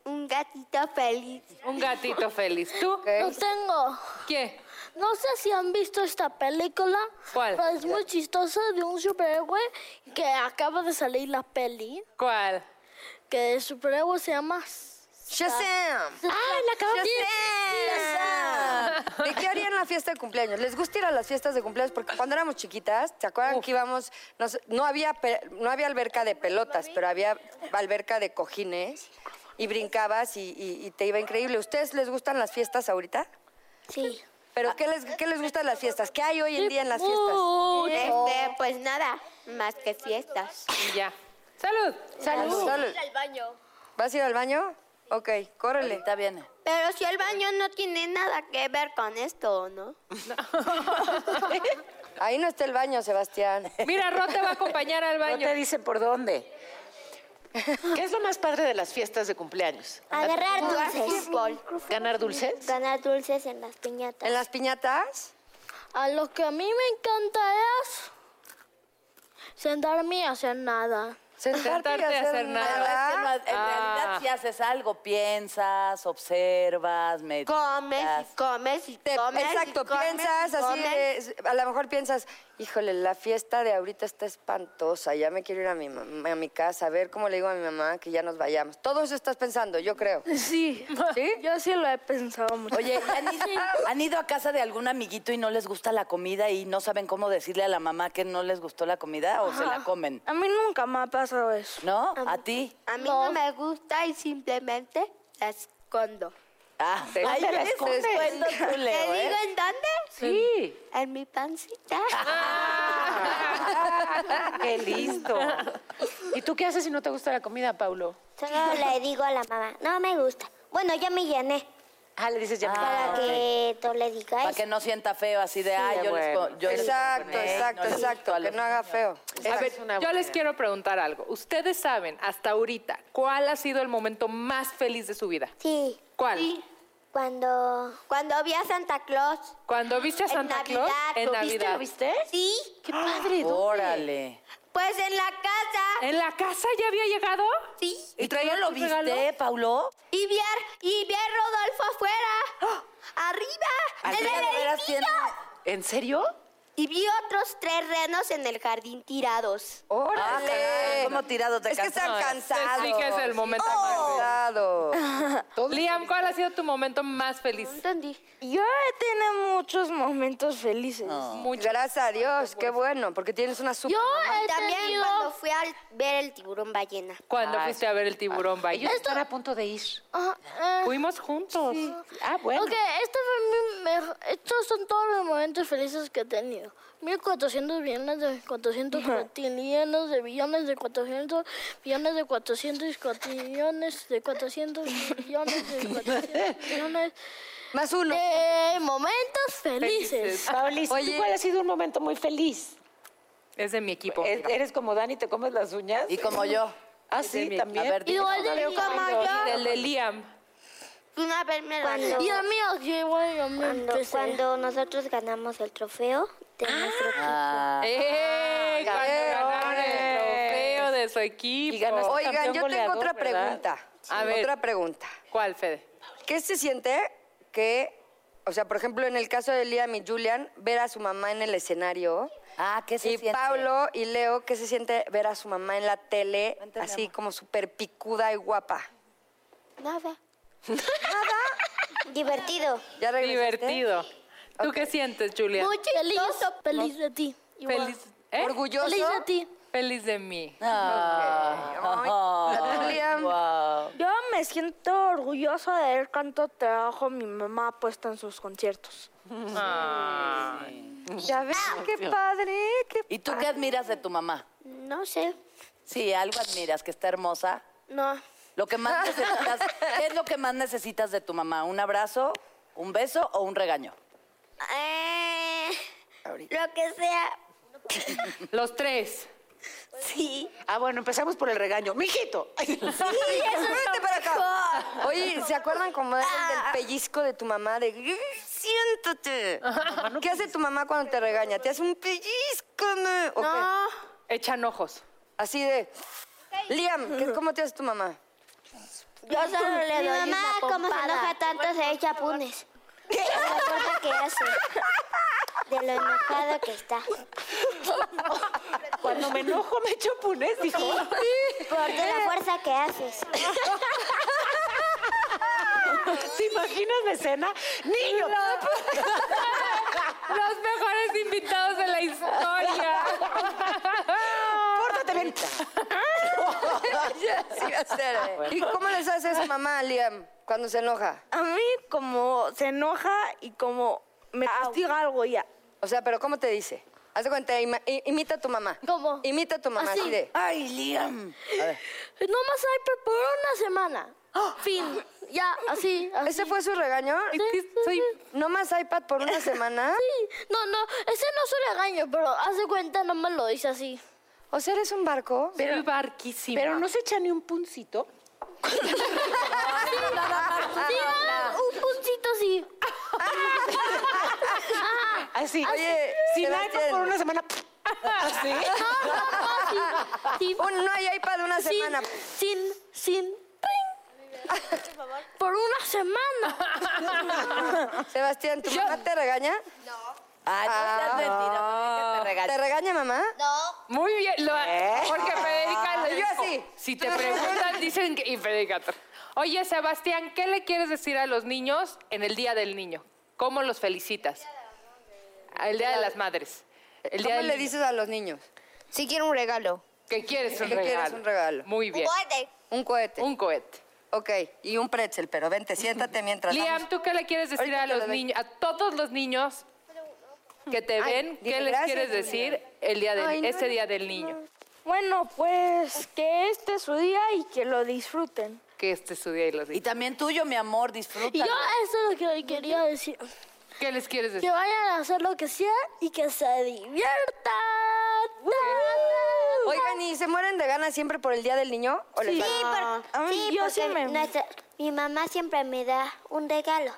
Speaker 6: Un gatito feliz.
Speaker 2: Un gatito feliz. ¿Tú?
Speaker 7: No tengo.
Speaker 2: ¿Qué?
Speaker 7: No sé si han visto esta película.
Speaker 2: ¿Cuál?
Speaker 7: pero es muy chistosa de un superhéroe que acaba de salir la peli.
Speaker 2: ¿Cuál?
Speaker 7: Que el superhéroe se llama...
Speaker 3: Shazam.
Speaker 7: ¡Ah, la acabo
Speaker 3: ¿De qué harían la fiesta de cumpleaños? ¿Les gusta ir a las fiestas de cumpleaños? Porque cuando éramos chiquitas, ¿se acuerdan que íbamos? No, sé, no había, pe- no había alberca de pelotas, pero había alberca de cojines y brincabas y, y- y te iba increíble. ¿Ustedes les gustan las fiestas ahorita?
Speaker 7: Sí.
Speaker 3: ¿Pero qué les, qué les gustan las fiestas? ¿Qué hay hoy en día en las fiestas? ¿Eh?
Speaker 6: Este, pues nada, más que fiestas.
Speaker 2: Y ya. ¡Salud!
Speaker 3: Salud. ¿Vas a ir al baño? Ok, córrele.
Speaker 4: Ahorita viene.
Speaker 6: Pero si el baño no tiene nada que ver con esto, ¿no?
Speaker 3: Ahí no está el baño, Sebastián.
Speaker 2: Mira, Ro te va a
Speaker 6: <laughs>
Speaker 2: acompañar al
Speaker 5: No
Speaker 2: baño.
Speaker 5: te dicen por dónde. ¿Qué es lo más padre de las fiestas de cumpleaños?
Speaker 8: Agarrar
Speaker 6: Jugar
Speaker 8: dulces.
Speaker 6: fútbol.
Speaker 5: ¿Ganar dulces?
Speaker 8: Ganar dulces en las piñatas.
Speaker 3: ¿En las piñatas?
Speaker 7: A lo que a mí me encanta es sentarme y hacer Ah. nada.
Speaker 2: Sentarte a hacer nada. Ah.
Speaker 4: No, es que no, en realidad si haces algo, piensas, observas, meditas.
Speaker 6: Comes y comes y comes. y
Speaker 3: Exacto,
Speaker 6: comes y
Speaker 3: piensas así,
Speaker 6: comes.
Speaker 3: es- a lo mejor piensas, híjole, la fiesta de ahorita está espantosa, ya me quiero ir a mi, mam- a mi casa, a ver cómo le digo a mi mamá que ya nos vayamos. Todo eso estás pensando, yo
Speaker 2: <laughs>
Speaker 3: creo.
Speaker 7: Sí, <laughs> yo sí lo he pensado mucho.
Speaker 4: Oye, ¿han ido,
Speaker 6: <laughs>
Speaker 4: han ido a casa de algún amiguito y no les gusta la comida y no saben cómo decirle a la mamá que no les gustó la comida o se la comen?
Speaker 7: A mí nunca me ha pasado eso.
Speaker 4: ¿No? ¿A ti?
Speaker 6: A mí no. me gusta y simplemente la escondo.
Speaker 4: Ah,
Speaker 9: Te-
Speaker 4: ay,
Speaker 9: te
Speaker 4: yo
Speaker 9: la
Speaker 4: les
Speaker 9: escondes.
Speaker 4: cuento tú,
Speaker 6: ¿Te
Speaker 4: Leo, ¿eh?
Speaker 6: digo en dónde?
Speaker 5: Sí.
Speaker 6: En mi pancita.
Speaker 2: Ah.
Speaker 5: Qué
Speaker 2: <laughs>
Speaker 5: listo. ¿Y tú qué haces si no te gusta la comida, Paulo?
Speaker 8: Solo le digo a la mamá, no me gusta. Bueno, ya me llené.
Speaker 5: Ah, le dices ya. me
Speaker 8: para
Speaker 5: acordé.
Speaker 8: que tú le
Speaker 4: Para
Speaker 8: digas.
Speaker 4: que no sienta feo así de, ay, yo les co- yo les
Speaker 3: Exacto,
Speaker 4: coccioné,
Speaker 3: exacto,
Speaker 4: no les
Speaker 3: exacto,
Speaker 4: gustó a
Speaker 3: que
Speaker 4: los
Speaker 3: no haga
Speaker 4: niños".
Speaker 3: feo.
Speaker 5: Esa
Speaker 2: A ver,
Speaker 5: es una
Speaker 2: yo
Speaker 5: buena
Speaker 2: les
Speaker 5: idea.
Speaker 2: quiero preguntar algo. Ustedes saben hasta ahorita cuál ha sido el momento más feliz de su vida.
Speaker 8: Sí,
Speaker 2: ¿Cuál?
Speaker 8: cuando...
Speaker 6: Cuando vi a Santa Claus.
Speaker 2: Cuando viste a
Speaker 6: En
Speaker 2: Santa Claus
Speaker 6: Navidad,
Speaker 2: en
Speaker 6: ¿lo
Speaker 2: Navidad.
Speaker 5: ¿Lo viste?
Speaker 6: Sí.
Speaker 5: Qué padre. ¿dónde?
Speaker 4: Órale.
Speaker 6: Pues en la casa.
Speaker 2: ¿En la casa ya había llegado?
Speaker 6: Sí.
Speaker 4: ¿Y tú no lo
Speaker 2: tu regalo?
Speaker 4: viste, Paulo?
Speaker 6: Y vi a, y vi a Rodolfo afuera. Arriba.
Speaker 4: Al
Speaker 6: desde
Speaker 4: final,
Speaker 6: el
Speaker 4: de veras,
Speaker 6: edificio.
Speaker 4: tiene-
Speaker 5: ¿En serio?
Speaker 6: Y vi otros tres renos en el jardín
Speaker 4: Ah,
Speaker 6: tirados.
Speaker 4: caray,
Speaker 3: ¡Órale!
Speaker 4: ¿Cómo tirado te
Speaker 3: Eh, es que están cansados.
Speaker 2: Sí que es el momento
Speaker 3: Oh.
Speaker 2: más feliz. <laughs>
Speaker 3: Cansados.
Speaker 2: Liam, ¿cuál ha sido tu momento más feliz?
Speaker 6: Entendí.
Speaker 7: Yo he tenido muchos momentos felices.
Speaker 2: Mucho.
Speaker 3: Gracias a Dios, qué bueno, porque tienes una super...
Speaker 7: Yo
Speaker 6: Y
Speaker 7: he
Speaker 6: también
Speaker 7: tenido...
Speaker 6: cuando fui a ver el tiburón ballena.
Speaker 4: Ah,
Speaker 2: Cuando fuiste a ver el tiburón
Speaker 5: Ellos
Speaker 2: ballena.
Speaker 5: están a punto de ir.
Speaker 7: Ajá, ah,
Speaker 2: Fuimos juntos.
Speaker 5: Ah, bueno.
Speaker 7: Ok, este fue mi mejor- estos son todos los momentos felices que he tenido. 1.400 billones de 400 cuatillones de billones de 400 billones de 400 cuatillones de 400 billones
Speaker 5: <laughs>
Speaker 7: de 400 billones
Speaker 3: Más uno.
Speaker 7: de momentos felices. Ah,
Speaker 5: Paulis,
Speaker 3: Oye.
Speaker 5: ¿tú cuál ha sido un momento muy feliz?
Speaker 2: Es de mi equipo.
Speaker 5: ¿E- ¿Eres como Dani, te comes las uñas?
Speaker 4: Y como yo.
Speaker 5: Ah, sí,
Speaker 2: mi-
Speaker 5: también.
Speaker 4: A ver, di-
Speaker 7: Igual de
Speaker 6: Como
Speaker 2: Y
Speaker 6: yo.
Speaker 2: el de Liam.
Speaker 6: Una vez me
Speaker 8: Cuando-
Speaker 6: lo
Speaker 7: Dios mío, yo igual yo me
Speaker 8: Cuando,
Speaker 7: empecé.
Speaker 8: cuando nosotros ganamos el trofeo de nuestro equipo.
Speaker 4: Ah,
Speaker 2: ¡Eh! Cuando ganaron el trofeo de su equipo.
Speaker 5: Y ganaste
Speaker 3: Oigan,
Speaker 5: campeón
Speaker 3: yo tengo
Speaker 5: goleador,
Speaker 3: otra
Speaker 5: ¿verdad?
Speaker 3: pregunta.
Speaker 2: A ver.
Speaker 3: Otra pregunta.
Speaker 2: ¿Cuál, Fede?
Speaker 3: ¿Qué se siente que, o sea, por ejemplo, en el caso de Liam y Julian, ver a su mamá en el escenario?
Speaker 4: Ah, ¿qué se
Speaker 3: y
Speaker 4: siente?
Speaker 3: Pablo y Leo, ¿qué se siente ver a su mamá en la tele
Speaker 4: Vente, mi
Speaker 3: así
Speaker 4: amor.
Speaker 3: como súper picuda y guapa?
Speaker 8: <laughs> Nada. Nada. Divertido.
Speaker 3: ¿Ya regresaste?
Speaker 2: Divertido. ¿Tú qué sientes, Julia?
Speaker 7: Muy feliz, feliz de ti. igual.
Speaker 2: feliz. ¿eh?
Speaker 3: ¿Orgulloso?
Speaker 7: Feliz de ti.
Speaker 2: Feliz de mí.
Speaker 4: Ah,
Speaker 3: Ay, Liam.
Speaker 4: guau.
Speaker 7: Yo me siento orgulloso de ver cuánto trabajo mi mamá ha puesto en sus conciertos.
Speaker 3: Ya ves, qué padre, qué
Speaker 4: ¿Y tú qué admiras de tu mamá?
Speaker 8: No sé.
Speaker 4: Sí, algo admiras, que está hermosa.
Speaker 8: No.
Speaker 4: Lo que más necesitas, ¿qué es lo que más necesitas de tu mamá? ¿Un abrazo, un beso o un regaño?
Speaker 8: Eh, lo que sea.
Speaker 2: Los tres.
Speaker 8: Sí.
Speaker 5: Ah, bueno, empezamos por el regaño. ¡Mijito! <laughs>
Speaker 3: Sí, vente para acá. Oye, ¿se acuerdan como del, del pellizco de tu mamá? De "Ey, siéntate. ¿Qué hace tu mamá cuando te regaña? ¿Te hace un pellizco? No. ¿O qué?
Speaker 2: Echan ojos.
Speaker 3: Así de. Liam, ¿qué- ¿cómo te hace tu mamá?
Speaker 8: Yo solo le
Speaker 6: Mi
Speaker 8: doy
Speaker 6: mamá,
Speaker 8: una
Speaker 6: como se
Speaker 8: pompada.
Speaker 6: enoja
Speaker 8: tanto, se echa punes. La cosa que hace. De lo enojado que está.
Speaker 5: Cuando me enojo me echo punés, dijo.
Speaker 8: Por de la fuerza que haces.
Speaker 5: ¿Te imaginas la escena? ¡Niño!
Speaker 2: Los mejores invitados de la historia.
Speaker 5: ¡Pórtate bien!
Speaker 3: Sí, va a ser, ¿eh? <laughs> ¿Y cómo les hace su mamá, Liam, cuando se enoja?
Speaker 7: A mí como se enoja y como me castiga algo ya.
Speaker 3: O sea, ¿pero cómo te dice? Haz de cuenta, ima- i- imita a tu mamá.
Speaker 7: ¿Cómo?
Speaker 3: Imita a tu mamá, así,
Speaker 7: Así.
Speaker 3: de.
Speaker 4: Ay, Liam.
Speaker 2: Eh,
Speaker 7: No más hay por una semana. Fin. Ya, así, así.
Speaker 3: ¿Ese fue su regaño?
Speaker 2: Es que soy-
Speaker 3: ¿No más iPad por
Speaker 7: <laughs>
Speaker 3: una semana?
Speaker 7: Sí. No, no, ese no es un regaño, pero hace cuenta, nomás lo dice así.
Speaker 3: O sea, ¿eres un barco?
Speaker 2: soy barquísima.
Speaker 5: Pero no se echa ni un puncito.
Speaker 3: <laughs>
Speaker 7: Sí, ah, un puntito así.
Speaker 3: Ah.
Speaker 7: <laughs>
Speaker 5: Así.
Speaker 3: Oye,
Speaker 5: Sin Ah,
Speaker 3: Sebastián.
Speaker 5: iPad por una semana. <laughs>
Speaker 4: ¿Sí?
Speaker 7: Ah,
Speaker 3: Un- no hay iPad una
Speaker 7: sin-
Speaker 3: semana.
Speaker 7: Sin, sin,
Speaker 3: <laughs>
Speaker 7: ring. Por una
Speaker 3: <laughs>
Speaker 7: semana.
Speaker 2: <laughs>
Speaker 3: Sebastián, ¿tu mamá te regaña? Ah,
Speaker 4: Ay, no seas mentirosa, que te regañe.
Speaker 3: ¿Te regaña mamá?
Speaker 8: No,
Speaker 2: Muy bien, lo- porque Federica le
Speaker 3: ¿Eh? Yo
Speaker 2: dijo,
Speaker 3: así.
Speaker 2: Si te preguntan, dicen que... Y Federica... tra- Oye, Sebastián, ¿qué le quieres decir a los niños en el Día del Niño? ¿Cómo los felicitas? El Día de las Madres. El día
Speaker 3: ¿Cómo
Speaker 2: del
Speaker 3: le
Speaker 2: Niño.
Speaker 3: dices a los niños?
Speaker 8: si quiero un regalo.
Speaker 2: que quieres un
Speaker 3: que
Speaker 2: regalo.
Speaker 3: quieres un regalo.
Speaker 2: Muy bien.
Speaker 8: Guarde.
Speaker 3: Un cohete.
Speaker 2: Un cohete.
Speaker 3: Ok, y un pretzel, pero vente, siéntate mientras.
Speaker 2: Liam,
Speaker 3: vamos.
Speaker 2: ¿tú qué le quieres decir a
Speaker 3: Ahorita te lo
Speaker 2: los
Speaker 3: doy.
Speaker 2: niños, a todos los niños que te
Speaker 3: Ay,
Speaker 2: ven,
Speaker 3: dile
Speaker 2: qué les
Speaker 3: gracias,
Speaker 2: quieres
Speaker 3: niña.
Speaker 2: decir el día del,
Speaker 3: Ay, no,
Speaker 2: ese
Speaker 3: no,
Speaker 2: día del niño?
Speaker 7: Bueno, pues que este es su día y que lo disfruten.
Speaker 2: Que este es su día y los
Speaker 4: Y
Speaker 2: niños.
Speaker 4: también tuyo, mi amor,
Speaker 7: Y
Speaker 4: disfruta.
Speaker 7: yo eso es lo que quería decir.
Speaker 2: ¿Qué les quieres
Speaker 7: Que
Speaker 2: decir?
Speaker 7: vayan a hacer lo que sea y que se diviertan.
Speaker 3: Oigan, ¿y se mueren de ganas siempre por el Día del Niño? ¿O les
Speaker 7: Sí,
Speaker 3: vale?
Speaker 7: Ah, Ay,
Speaker 8: Sí,
Speaker 7: yo
Speaker 8: porque
Speaker 7: sí me-
Speaker 8: nuestra- mi mamá siempre me da un regalo.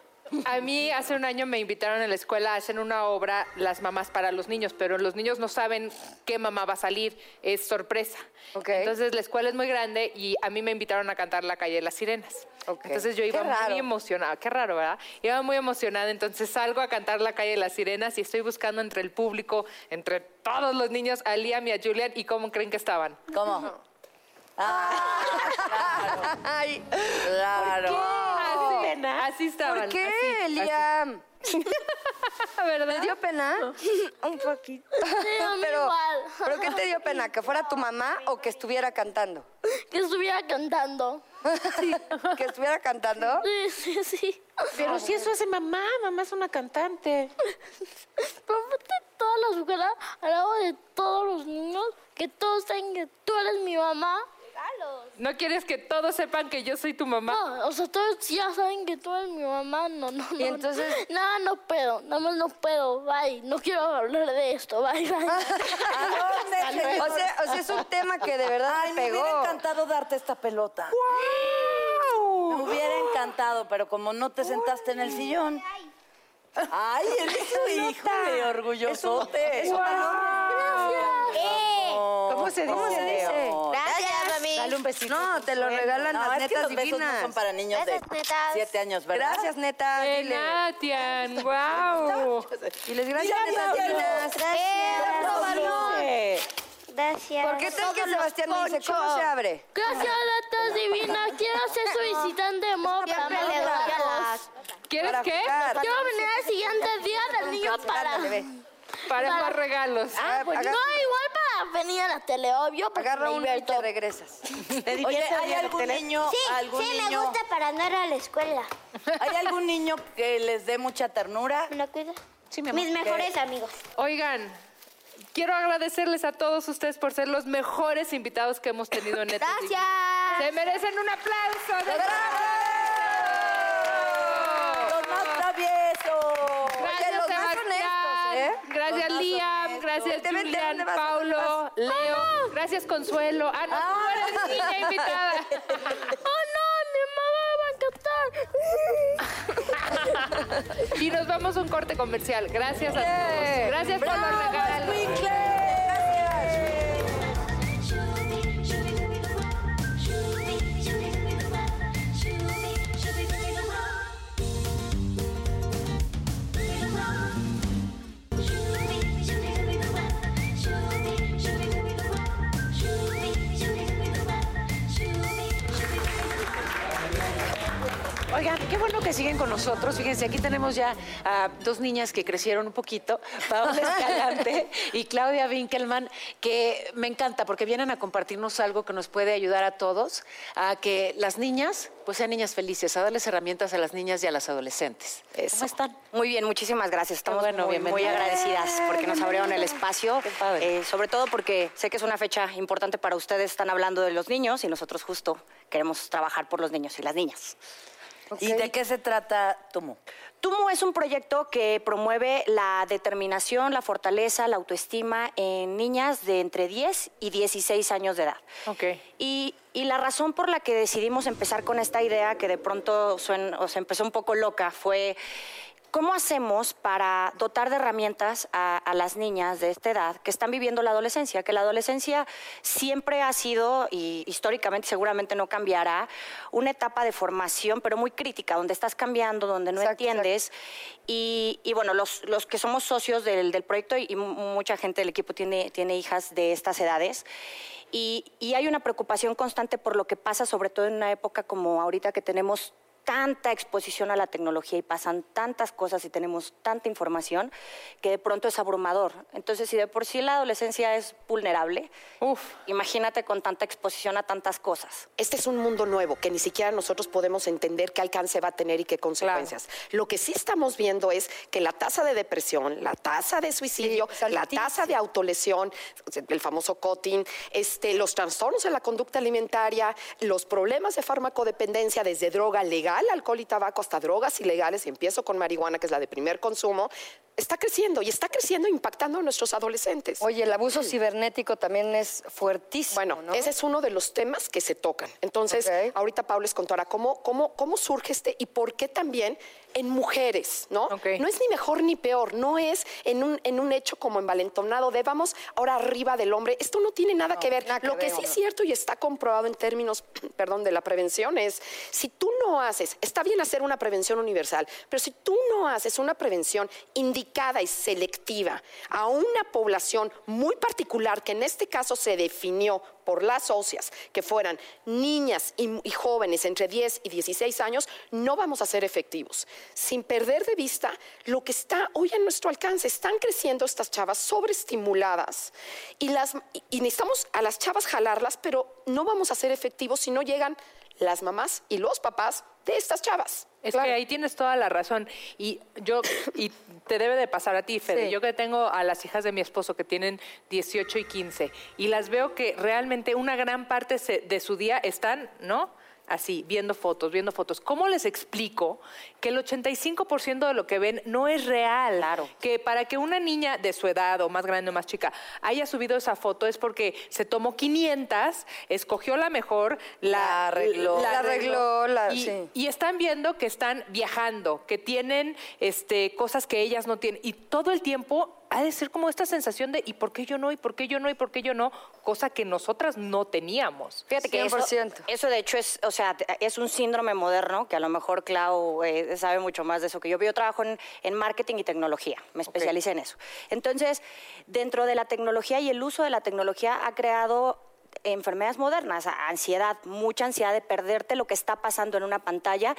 Speaker 2: A mí hace un año me invitaron en la escuela, hacen una obra las mamás para los niños, pero los niños no saben qué mamá va a salir, es sorpresa.
Speaker 3: Ok.
Speaker 2: Entonces la escuela es muy grande y a mí me invitaron a cantar La calle de las sirenas.
Speaker 3: Ok.
Speaker 2: Entonces yo
Speaker 3: Qué
Speaker 2: iba
Speaker 3: raro.
Speaker 2: muy emocionada, qué raro, ¿verdad? Iba muy emocionada, entonces salgo a cantar La calle de las sirenas y estoy buscando entre el público, entre todos los niños, a Liam y a Julian y cómo creen que estaban.
Speaker 4: ¿Cómo? Ah,
Speaker 3: Ay,
Speaker 4: claro.
Speaker 2: Así, así estaban.
Speaker 3: ¿por qué,
Speaker 2: así, así.
Speaker 3: Liam? ¿Te
Speaker 2: ¿Verdad?
Speaker 3: dio pena? <laughs>
Speaker 7: Un poquito. Sí, a mí
Speaker 3: Pero,
Speaker 7: igual.
Speaker 3: ¿Pero qué te dio pena? ¿Que fuera tu mamá o que estuviera cantando?
Speaker 7: Que estuviera cantando.
Speaker 3: <laughs> ¿Que estuviera cantando?
Speaker 7: Sí, sí, sí.
Speaker 5: Pero si eso hace mamá, mamá es una cantante.
Speaker 7: Pero aparte, toda la escuela, al lado de todos los niños, que todos saben que tú eres mi mamá.
Speaker 2: ¿No quieres que todos sepan que yo soy tu mamá?
Speaker 7: No, o sea, todos ya saben que tú eres mi mamá. No, no, no.
Speaker 3: Y entonces-
Speaker 7: <laughs> Nada, no puedo. Nada más no puedo. Bye. No quiero hablar de esto. Bye,
Speaker 3: ¿A <laughs>
Speaker 7: bye. <laughs>
Speaker 3: dónde, señor? O sea, o sea, es un tema que de verdad
Speaker 4: Ay,
Speaker 3: me
Speaker 4: me hubiera
Speaker 3: pegó.
Speaker 4: encantado darte esta pelota. Me hubiera encantado, pero como no te sentaste en el sillón. <laughs> Ay, eres un hijo de orgulloso.
Speaker 3: Es un valor.
Speaker 4: Eh, ¿Cómo se dice?
Speaker 3: ¿Cómo se dice?
Speaker 8: Gracias, mami.
Speaker 4: Dale un besito.
Speaker 3: No, te lo regalan
Speaker 4: No,
Speaker 3: las
Speaker 4: es que
Speaker 3: netas
Speaker 4: los besos
Speaker 3: divinas.
Speaker 4: no son para niños de
Speaker 8: Gracias, netas.
Speaker 4: 7 años, ¿verdad?
Speaker 3: Gracias, neta.
Speaker 2: De
Speaker 3: dile.
Speaker 2: Natian, wow.
Speaker 3: Y les gracias, neta. divinas.
Speaker 8: Gracias.
Speaker 3: ¿Por qué tal que Sebastián me dice cómo se abre?
Speaker 7: Gracias, latas divinas. Quiero ser
Speaker 8: <laughs>
Speaker 7: su visitante de Mopla.
Speaker 8: Siempre le doy a las...
Speaker 2: ¿Quieres
Speaker 3: Para
Speaker 2: qué?
Speaker 3: jugar.
Speaker 7: Quiero venir al siguiente día del niño para...
Speaker 3: Ándale,
Speaker 7: <laughs>
Speaker 3: ve.
Speaker 2: Para más regalos.
Speaker 7: Ah, pues no,
Speaker 3: Agarra-
Speaker 7: igual para venir a la tele, obvio, porque
Speaker 3: Agarra
Speaker 7: me
Speaker 3: uno y
Speaker 7: divierto.
Speaker 3: te
Speaker 7: <laughs>
Speaker 3: regresas.
Speaker 4: Oye, ¿hay algún niño,
Speaker 8: Sí,
Speaker 4: algún
Speaker 8: sí, me
Speaker 4: niño,
Speaker 8: gusta para no ir a la escuela.
Speaker 4: hay algún niño que les dé mucha ternura?
Speaker 8: ¿Me lo cuida? Mis mejores amigos.
Speaker 2: Oigan, quiero agradecerles a todos ustedes por ser los mejores invitados que hemos tenido en este Netas Divinas. Se
Speaker 8: Gracias.
Speaker 2: merecen un aplauso. de bravo.
Speaker 4: Los más traviesos.
Speaker 2: Gracias,
Speaker 3: Oye, los más
Speaker 2: Sebastián.
Speaker 3: honestos, ¿eh?
Speaker 2: Gracias, Liam. Gracias,
Speaker 3: Vente, vente,
Speaker 2: Julián,
Speaker 3: ¿dónde vas? ¿Dónde
Speaker 2: Paulo, Leo. Gracias, Consuelo. Ah, no, tú eres niña
Speaker 3: <laughs>
Speaker 2: invitada.
Speaker 7: ¡Oh, no! ¡Mi mamá va a cantar!
Speaker 2: Y nos vamos a un corte comercial. Gracias a todos. Gracias por los regalos.
Speaker 5: Oigan, qué bueno que siguen con nosotros. Fíjense, aquí tenemos ya a dos niñas que crecieron un poquito, Paola Escalante y Claudia Winkelmann, que me encanta porque vienen a compartirnos algo que nos puede ayudar a todos a que las niñas pues sean niñas felices, a darles herramientas a las niñas y a las adolescentes. ¿Cómo están?
Speaker 10: Muy bien, muchísimas gracias. Estamos
Speaker 5: bueno,
Speaker 10: muy, muy
Speaker 5: bienvenida.
Speaker 10: agradecidas porque nos abrieron el espacio.
Speaker 5: Qué padre.
Speaker 10: Eh, sobre todo porque sé que es una fecha importante para ustedes. Están hablando de los niños y nosotros justo queremos trabajar por los niños y las niñas.
Speaker 4: ¿Y de qué se trata Tumu?
Speaker 10: Tumo es un proyecto que promueve la determinación, la fortaleza, la autoestima en niñas de entre 10 y 16 años de edad.
Speaker 2: Ok.
Speaker 10: Y, y la razón por la que decidimos empezar con esta idea, que de pronto suen- o sea, empezó un poco loca, fue ¿Cómo hacemos para dotar de herramientas a, a las niñas de esta edad que están viviendo la adolescencia? Que la adolescencia siempre ha sido, y históricamente seguramente no cambiará, una etapa de formación, pero muy crítica, donde estás cambiando, donde no entiendes. Y, y, bueno, los, los que somos socios del, del proyecto y, y mucha gente del equipo tiene, tiene hijas de estas edades. Y, y hay una preocupación constante por lo que pasa, sobre todo en una época como ahorita que tenemos tanta exposición a la tecnología y pasan tantas cosas y tenemos tanta información que de pronto es abrumador. Entonces, si de por sí la adolescencia es vulnerable, imagínate con tanta exposición a tantas cosas.
Speaker 11: Este es un mundo nuevo que ni siquiera nosotros podemos entender qué alcance va a tener y qué consecuencias. Lo que sí estamos viendo es que la tasa de depresión, la tasa de suicidio, la tasa de autolesión, el famoso cutting, este, los trastornos en la conducta alimentaria, los problemas de farmacodependencia desde droga legal, alcohol y tabaco hasta drogas ilegales, y empiezo con marihuana, que es la de primer consumo, está creciendo y está creciendo impactando a nuestros adolescentes.
Speaker 3: Oye, el abuso cibernético también es fuertísimo.
Speaker 11: Bueno, ese es uno de los temas que se tocan. Entonces, ahorita Paula les contará cómo, cómo, cómo surge este y por qué también en mujeres, ¿no? No es ni mejor ni peor, no es en un, en un hecho como envalentonado de vamos ahora arriba del hombre. Esto no tiene nada que ver.
Speaker 3: nada que
Speaker 11: Lo que
Speaker 3: ver,
Speaker 11: sí es
Speaker 3: hombre.
Speaker 11: cierto y está comprobado en términos, <clears throat> perdón, de la prevención es, si tú no haces, está bien hacer una prevención universal, pero si tú no haces una prevención indicada y selectiva a una población muy particular, que en este caso se definió por las socias, que fueran niñas y, y jóvenes entre 10 y 16 años, no vamos a ser efectivos. Sin perder de vista lo que está hoy a nuestro alcance, están creciendo estas chavas sobreestimuladas y, las, y- y necesitamos a las chavas jalarlas, pero no vamos a ser efectivos si no llegan las mamás y los papás de estas chavas.
Speaker 2: Es que ahí tienes toda la razón. Y yo, y te debe de pasar a ti, Fede.
Speaker 3: Sí.
Speaker 2: Yo que tengo a las hijas de mi esposo que tienen 18 y 15, y las veo que realmente una gran parte se- de su día están, ¿no? Así, viendo fotos, viendo fotos. ¿Cómo les explico que el 85% de lo que ven no es real? Claro. Que para que una niña de su edad o más grande o más chica haya subido esa foto es porque se tomó 500, escogió la mejor, la,
Speaker 3: arregló. La arregló, la-
Speaker 2: y,
Speaker 3: sí.
Speaker 2: y están viendo que están viajando, que tienen este, cosas que ellas no tienen. Y todo el tiempo ha de ser como esta sensación de ¿y por qué yo no? ¿Y por qué yo no? ¿Y por qué yo no? Cosa que nosotras no teníamos.
Speaker 10: Fíjate que eso, eso de hecho es, o sea, te- es un síndrome moderno que a lo mejor Clau eh, sabe mucho más de eso que yo. Yo trabajo en, en marketing y tecnología, me especialicé en eso. Entonces, dentro de la tecnología y el uso de la tecnología ha creado enfermedades modernas, a- ansiedad, mucha ansiedad de perderte lo que está pasando en una pantalla,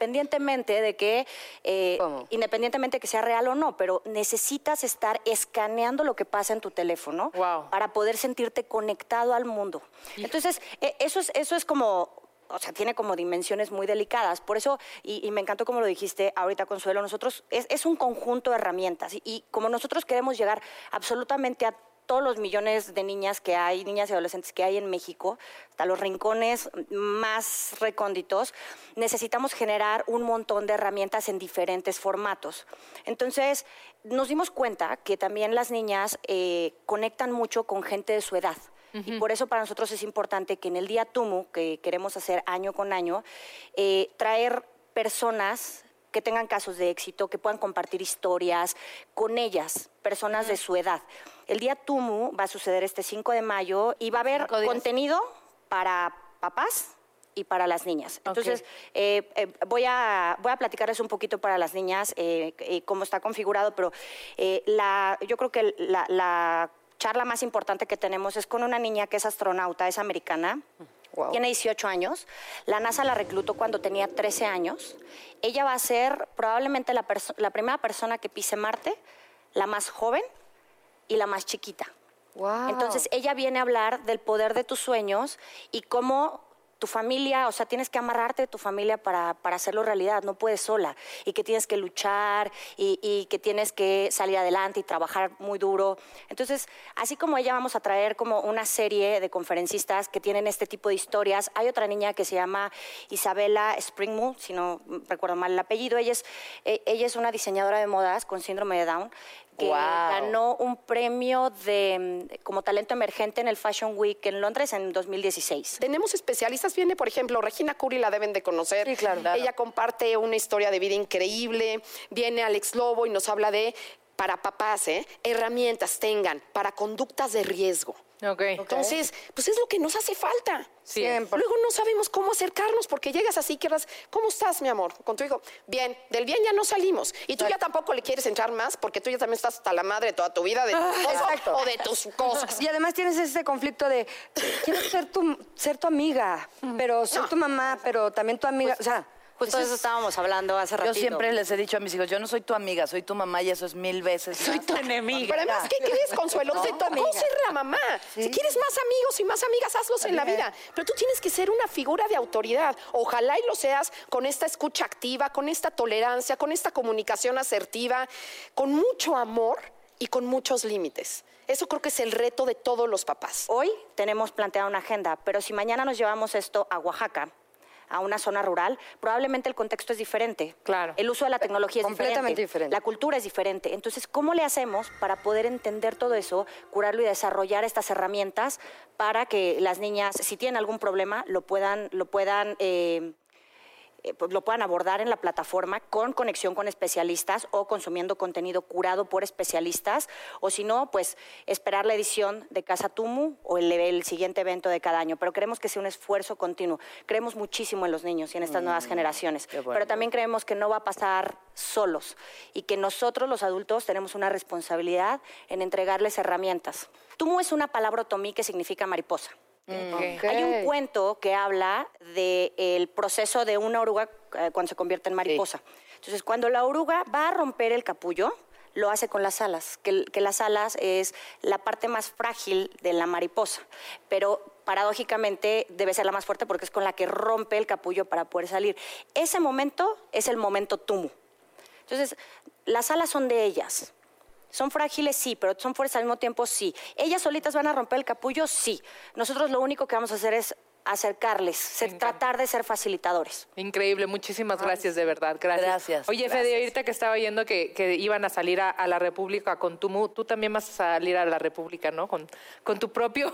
Speaker 10: independientemente de que, eh, independientemente de que sea real o no, pero necesitas estar escaneando lo que pasa en tu teléfono para poder sentirte conectado al mundo. Entonces, e- eso es, eso es como o sea, tiene como dimensiones muy delicadas. Por eso, y, y me encantó como lo dijiste ahorita, Consuelo, nosotros es, es un conjunto de herramientas y, y como nosotros queremos llegar absolutamente a todos los millones de niñas que hay, niñas y adolescentes que hay en México, hasta los rincones más recónditos, necesitamos generar un montón de herramientas en diferentes formatos. Entonces, nos dimos cuenta que también las niñas eh, conectan mucho con gente de su edad. Y por eso para nosotros es importante que en el día TUMU, que queremos hacer año con año, eh, traer personas que tengan casos de éxito, que puedan compartir historias con ellas, personas de su edad. El día TUMU va a suceder este 5 de mayo y va a haber contenido para papás y para las niñas. Entonces, eh, eh, voy, a, voy a platicarles un poquito para las niñas eh, eh, cómo está configurado, pero eh, la, yo creo que la, la charla más importante que tenemos es con una niña que es astronauta, es americana. Tiene 18 años. La NASA la reclutó cuando tenía 13 años. Ella va a ser probablemente la, perso- la primera persona que pise Marte, la más joven y la más chiquita. Entonces ella viene a hablar del poder de tus sueños y cómo tu familia, o sea, tienes que amarrarte de tu familia para, para hacerlo realidad, no puedes sola, y que tienes que luchar y, y que tienes que salir adelante y trabajar muy duro. Entonces, así como ella vamos a traer como una serie de conferencistas que tienen este tipo de historias, hay otra niña que se llama Isabela Springmull, si no recuerdo mal el apellido, ella es, eh, ella es una diseñadora de modas con síndrome de Down, que ganó un premio de mm, como talento emergente en el Fashion Week en Londres en 2016.
Speaker 11: Tenemos especialistas, viene por ejemplo Regina Curry, la deben de conocer. Ella comparte una historia de vida increíble. Viene Alex Lobo y nos habla de, para papás, ¿eh? herramientas tengan para conductas de riesgo. Entonces, pues es lo que nos hace falta.
Speaker 3: Siempre.
Speaker 11: Luego no sabemos cómo acercarnos porque llegas así, que vas, ¿cómo estás, mi amor? Con tu hijo, bien, del bien ya no salimos. Y tú ya tampoco le quieres entrar más porque tú ya también estás hasta la madre de toda tu vida, de tu esposo
Speaker 3: Ah, Exacto.
Speaker 11: o de tus cosas.
Speaker 3: Y además tienes ese conflicto de quiero ser tu, ser tu amiga, pero ser tu mamá, pero también tu amiga. o sea,
Speaker 9: Pues
Speaker 10: Justo de eso estábamos hablando hace ratito.
Speaker 4: Yo siempre les he dicho a mis hijos, yo no soy tu amiga, soy tu mamá y eso es mil veces. Soy tu enemiga.
Speaker 11: Pero además, ¿qué crees, Consuelo?
Speaker 4: No,
Speaker 11: Te tocó
Speaker 4: amiga.
Speaker 11: ser la mamá. Si quieres más amigos y más amigas, hazlos en la vida. Pero tú tienes que ser una figura de autoridad. Ojalá y lo seas con esta escucha activa, con esta tolerancia, con esta comunicación asertiva, con mucho amor y con muchos límites. Eso creo que es el reto de todos los papás.
Speaker 10: Hoy tenemos planteada una agenda, pero si mañana nos llevamos esto a Oaxaca, a una zona rural, probablemente el contexto es diferente. Claro. El uso de la tecnología es
Speaker 3: Completamente diferente.
Speaker 10: La cultura es diferente. Entonces, ¿cómo le hacemos para poder entender todo eso, curarlo y desarrollar estas herramientas para que las niñas, si tienen algún problema, lo puedan, lo puedan eh, eh, pues, lo puedan abordar en la plataforma con conexión con especialistas o consumiendo contenido curado por especialistas, o si no, pues esperar la edición de Casa Tumu o el, el siguiente evento de cada año. Pero creemos que sea un esfuerzo continuo. Creemos muchísimo en los niños y en estas nuevas generaciones, pero también creemos que no va a pasar solos y que nosotros los adultos tenemos una responsabilidad en entregarles herramientas. Tumu es una palabra otomí que significa mariposa.
Speaker 9: Ok.
Speaker 10: Hay un cuento que habla del proceso de una oruga eh, cuando se convierte en mariposa. Entonces, cuando la oruga va a romper el capullo, lo hace con las alas, que, el- que las alas es la parte más frágil de la mariposa, pero paradójicamente debe ser la más fuerte porque es con la que rompe el capullo para poder salir. Ese momento es el momento tumu. Entonces, las alas son de ellas. Son frágiles, sí, pero son fuertes al mismo tiempo, sí. Ellas solitas van a romper el capullo, sí. Nosotros lo único que vamos a hacer es acercarles, ser- tratar de ser facilitadores.
Speaker 9: Increíble, muchísimas gracias de verdad, gracias.
Speaker 4: Gracias,
Speaker 9: Oye, Fede,
Speaker 4: gracias.
Speaker 9: ahorita que estaba oyendo que, que iban a salir a, a la República con Tumu, tú también vas a salir a la República, ¿no? Con, con tu
Speaker 2: <laughs>
Speaker 9: propio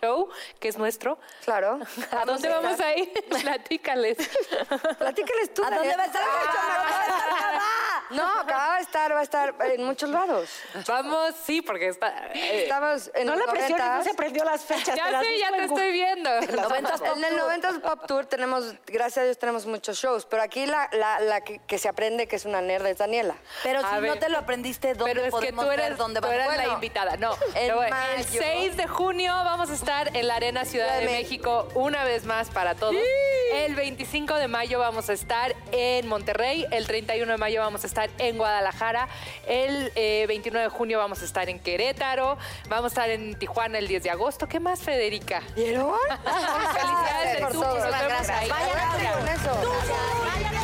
Speaker 9: show, que es nuestro.
Speaker 3: Claro.
Speaker 9: ¿A dónde vamos a ir? <laughs> Platícales.
Speaker 3: Platícales tú.
Speaker 9: ¿A
Speaker 3: Daniel.
Speaker 9: dónde va a estar el
Speaker 3: <laughs> No, acá va a estar, va a estar en muchos lados.
Speaker 9: Vamos, sí, porque está. eh,
Speaker 3: Estamos en los 90s.
Speaker 10: aprendió las fechas.
Speaker 9: ya sé, ya te estoy viendo.
Speaker 3: en el 90s Pop Tour tenemos, gracias a Dios, tenemos muchos shows, pero aquí la, la- la que, que se aprende que es una nerd es Daniela.
Speaker 4: Pero si
Speaker 9: A
Speaker 4: no
Speaker 9: ver.
Speaker 4: te lo aprendiste, ¿dónde
Speaker 9: Pero es que
Speaker 4: podemos
Speaker 9: tú
Speaker 4: ver
Speaker 9: eres,
Speaker 4: dónde
Speaker 9: tú
Speaker 4: vas?
Speaker 9: eres la
Speaker 4: Bueno,
Speaker 9: invitada. No,
Speaker 3: en
Speaker 9: pero el
Speaker 3: mayo.
Speaker 9: 6 de junio vamos a estar en la Arena Ciudad de México una vez más para todos. El 25 de mayo vamos a estar en Monterrey, el 31 de mayo vamos a estar en Guadalajara, el eh, 29 de junio vamos a estar en Querétaro, vamos a estar en Tijuana el 10 de agosto. ¿Qué más, Federica?
Speaker 3: ¿Vieron?
Speaker 9: <laughs> Felicidades
Speaker 3: Por
Speaker 9: de Tumu,
Speaker 3: todo.
Speaker 9: nos vemos ahí.
Speaker 3: Vayan con eso.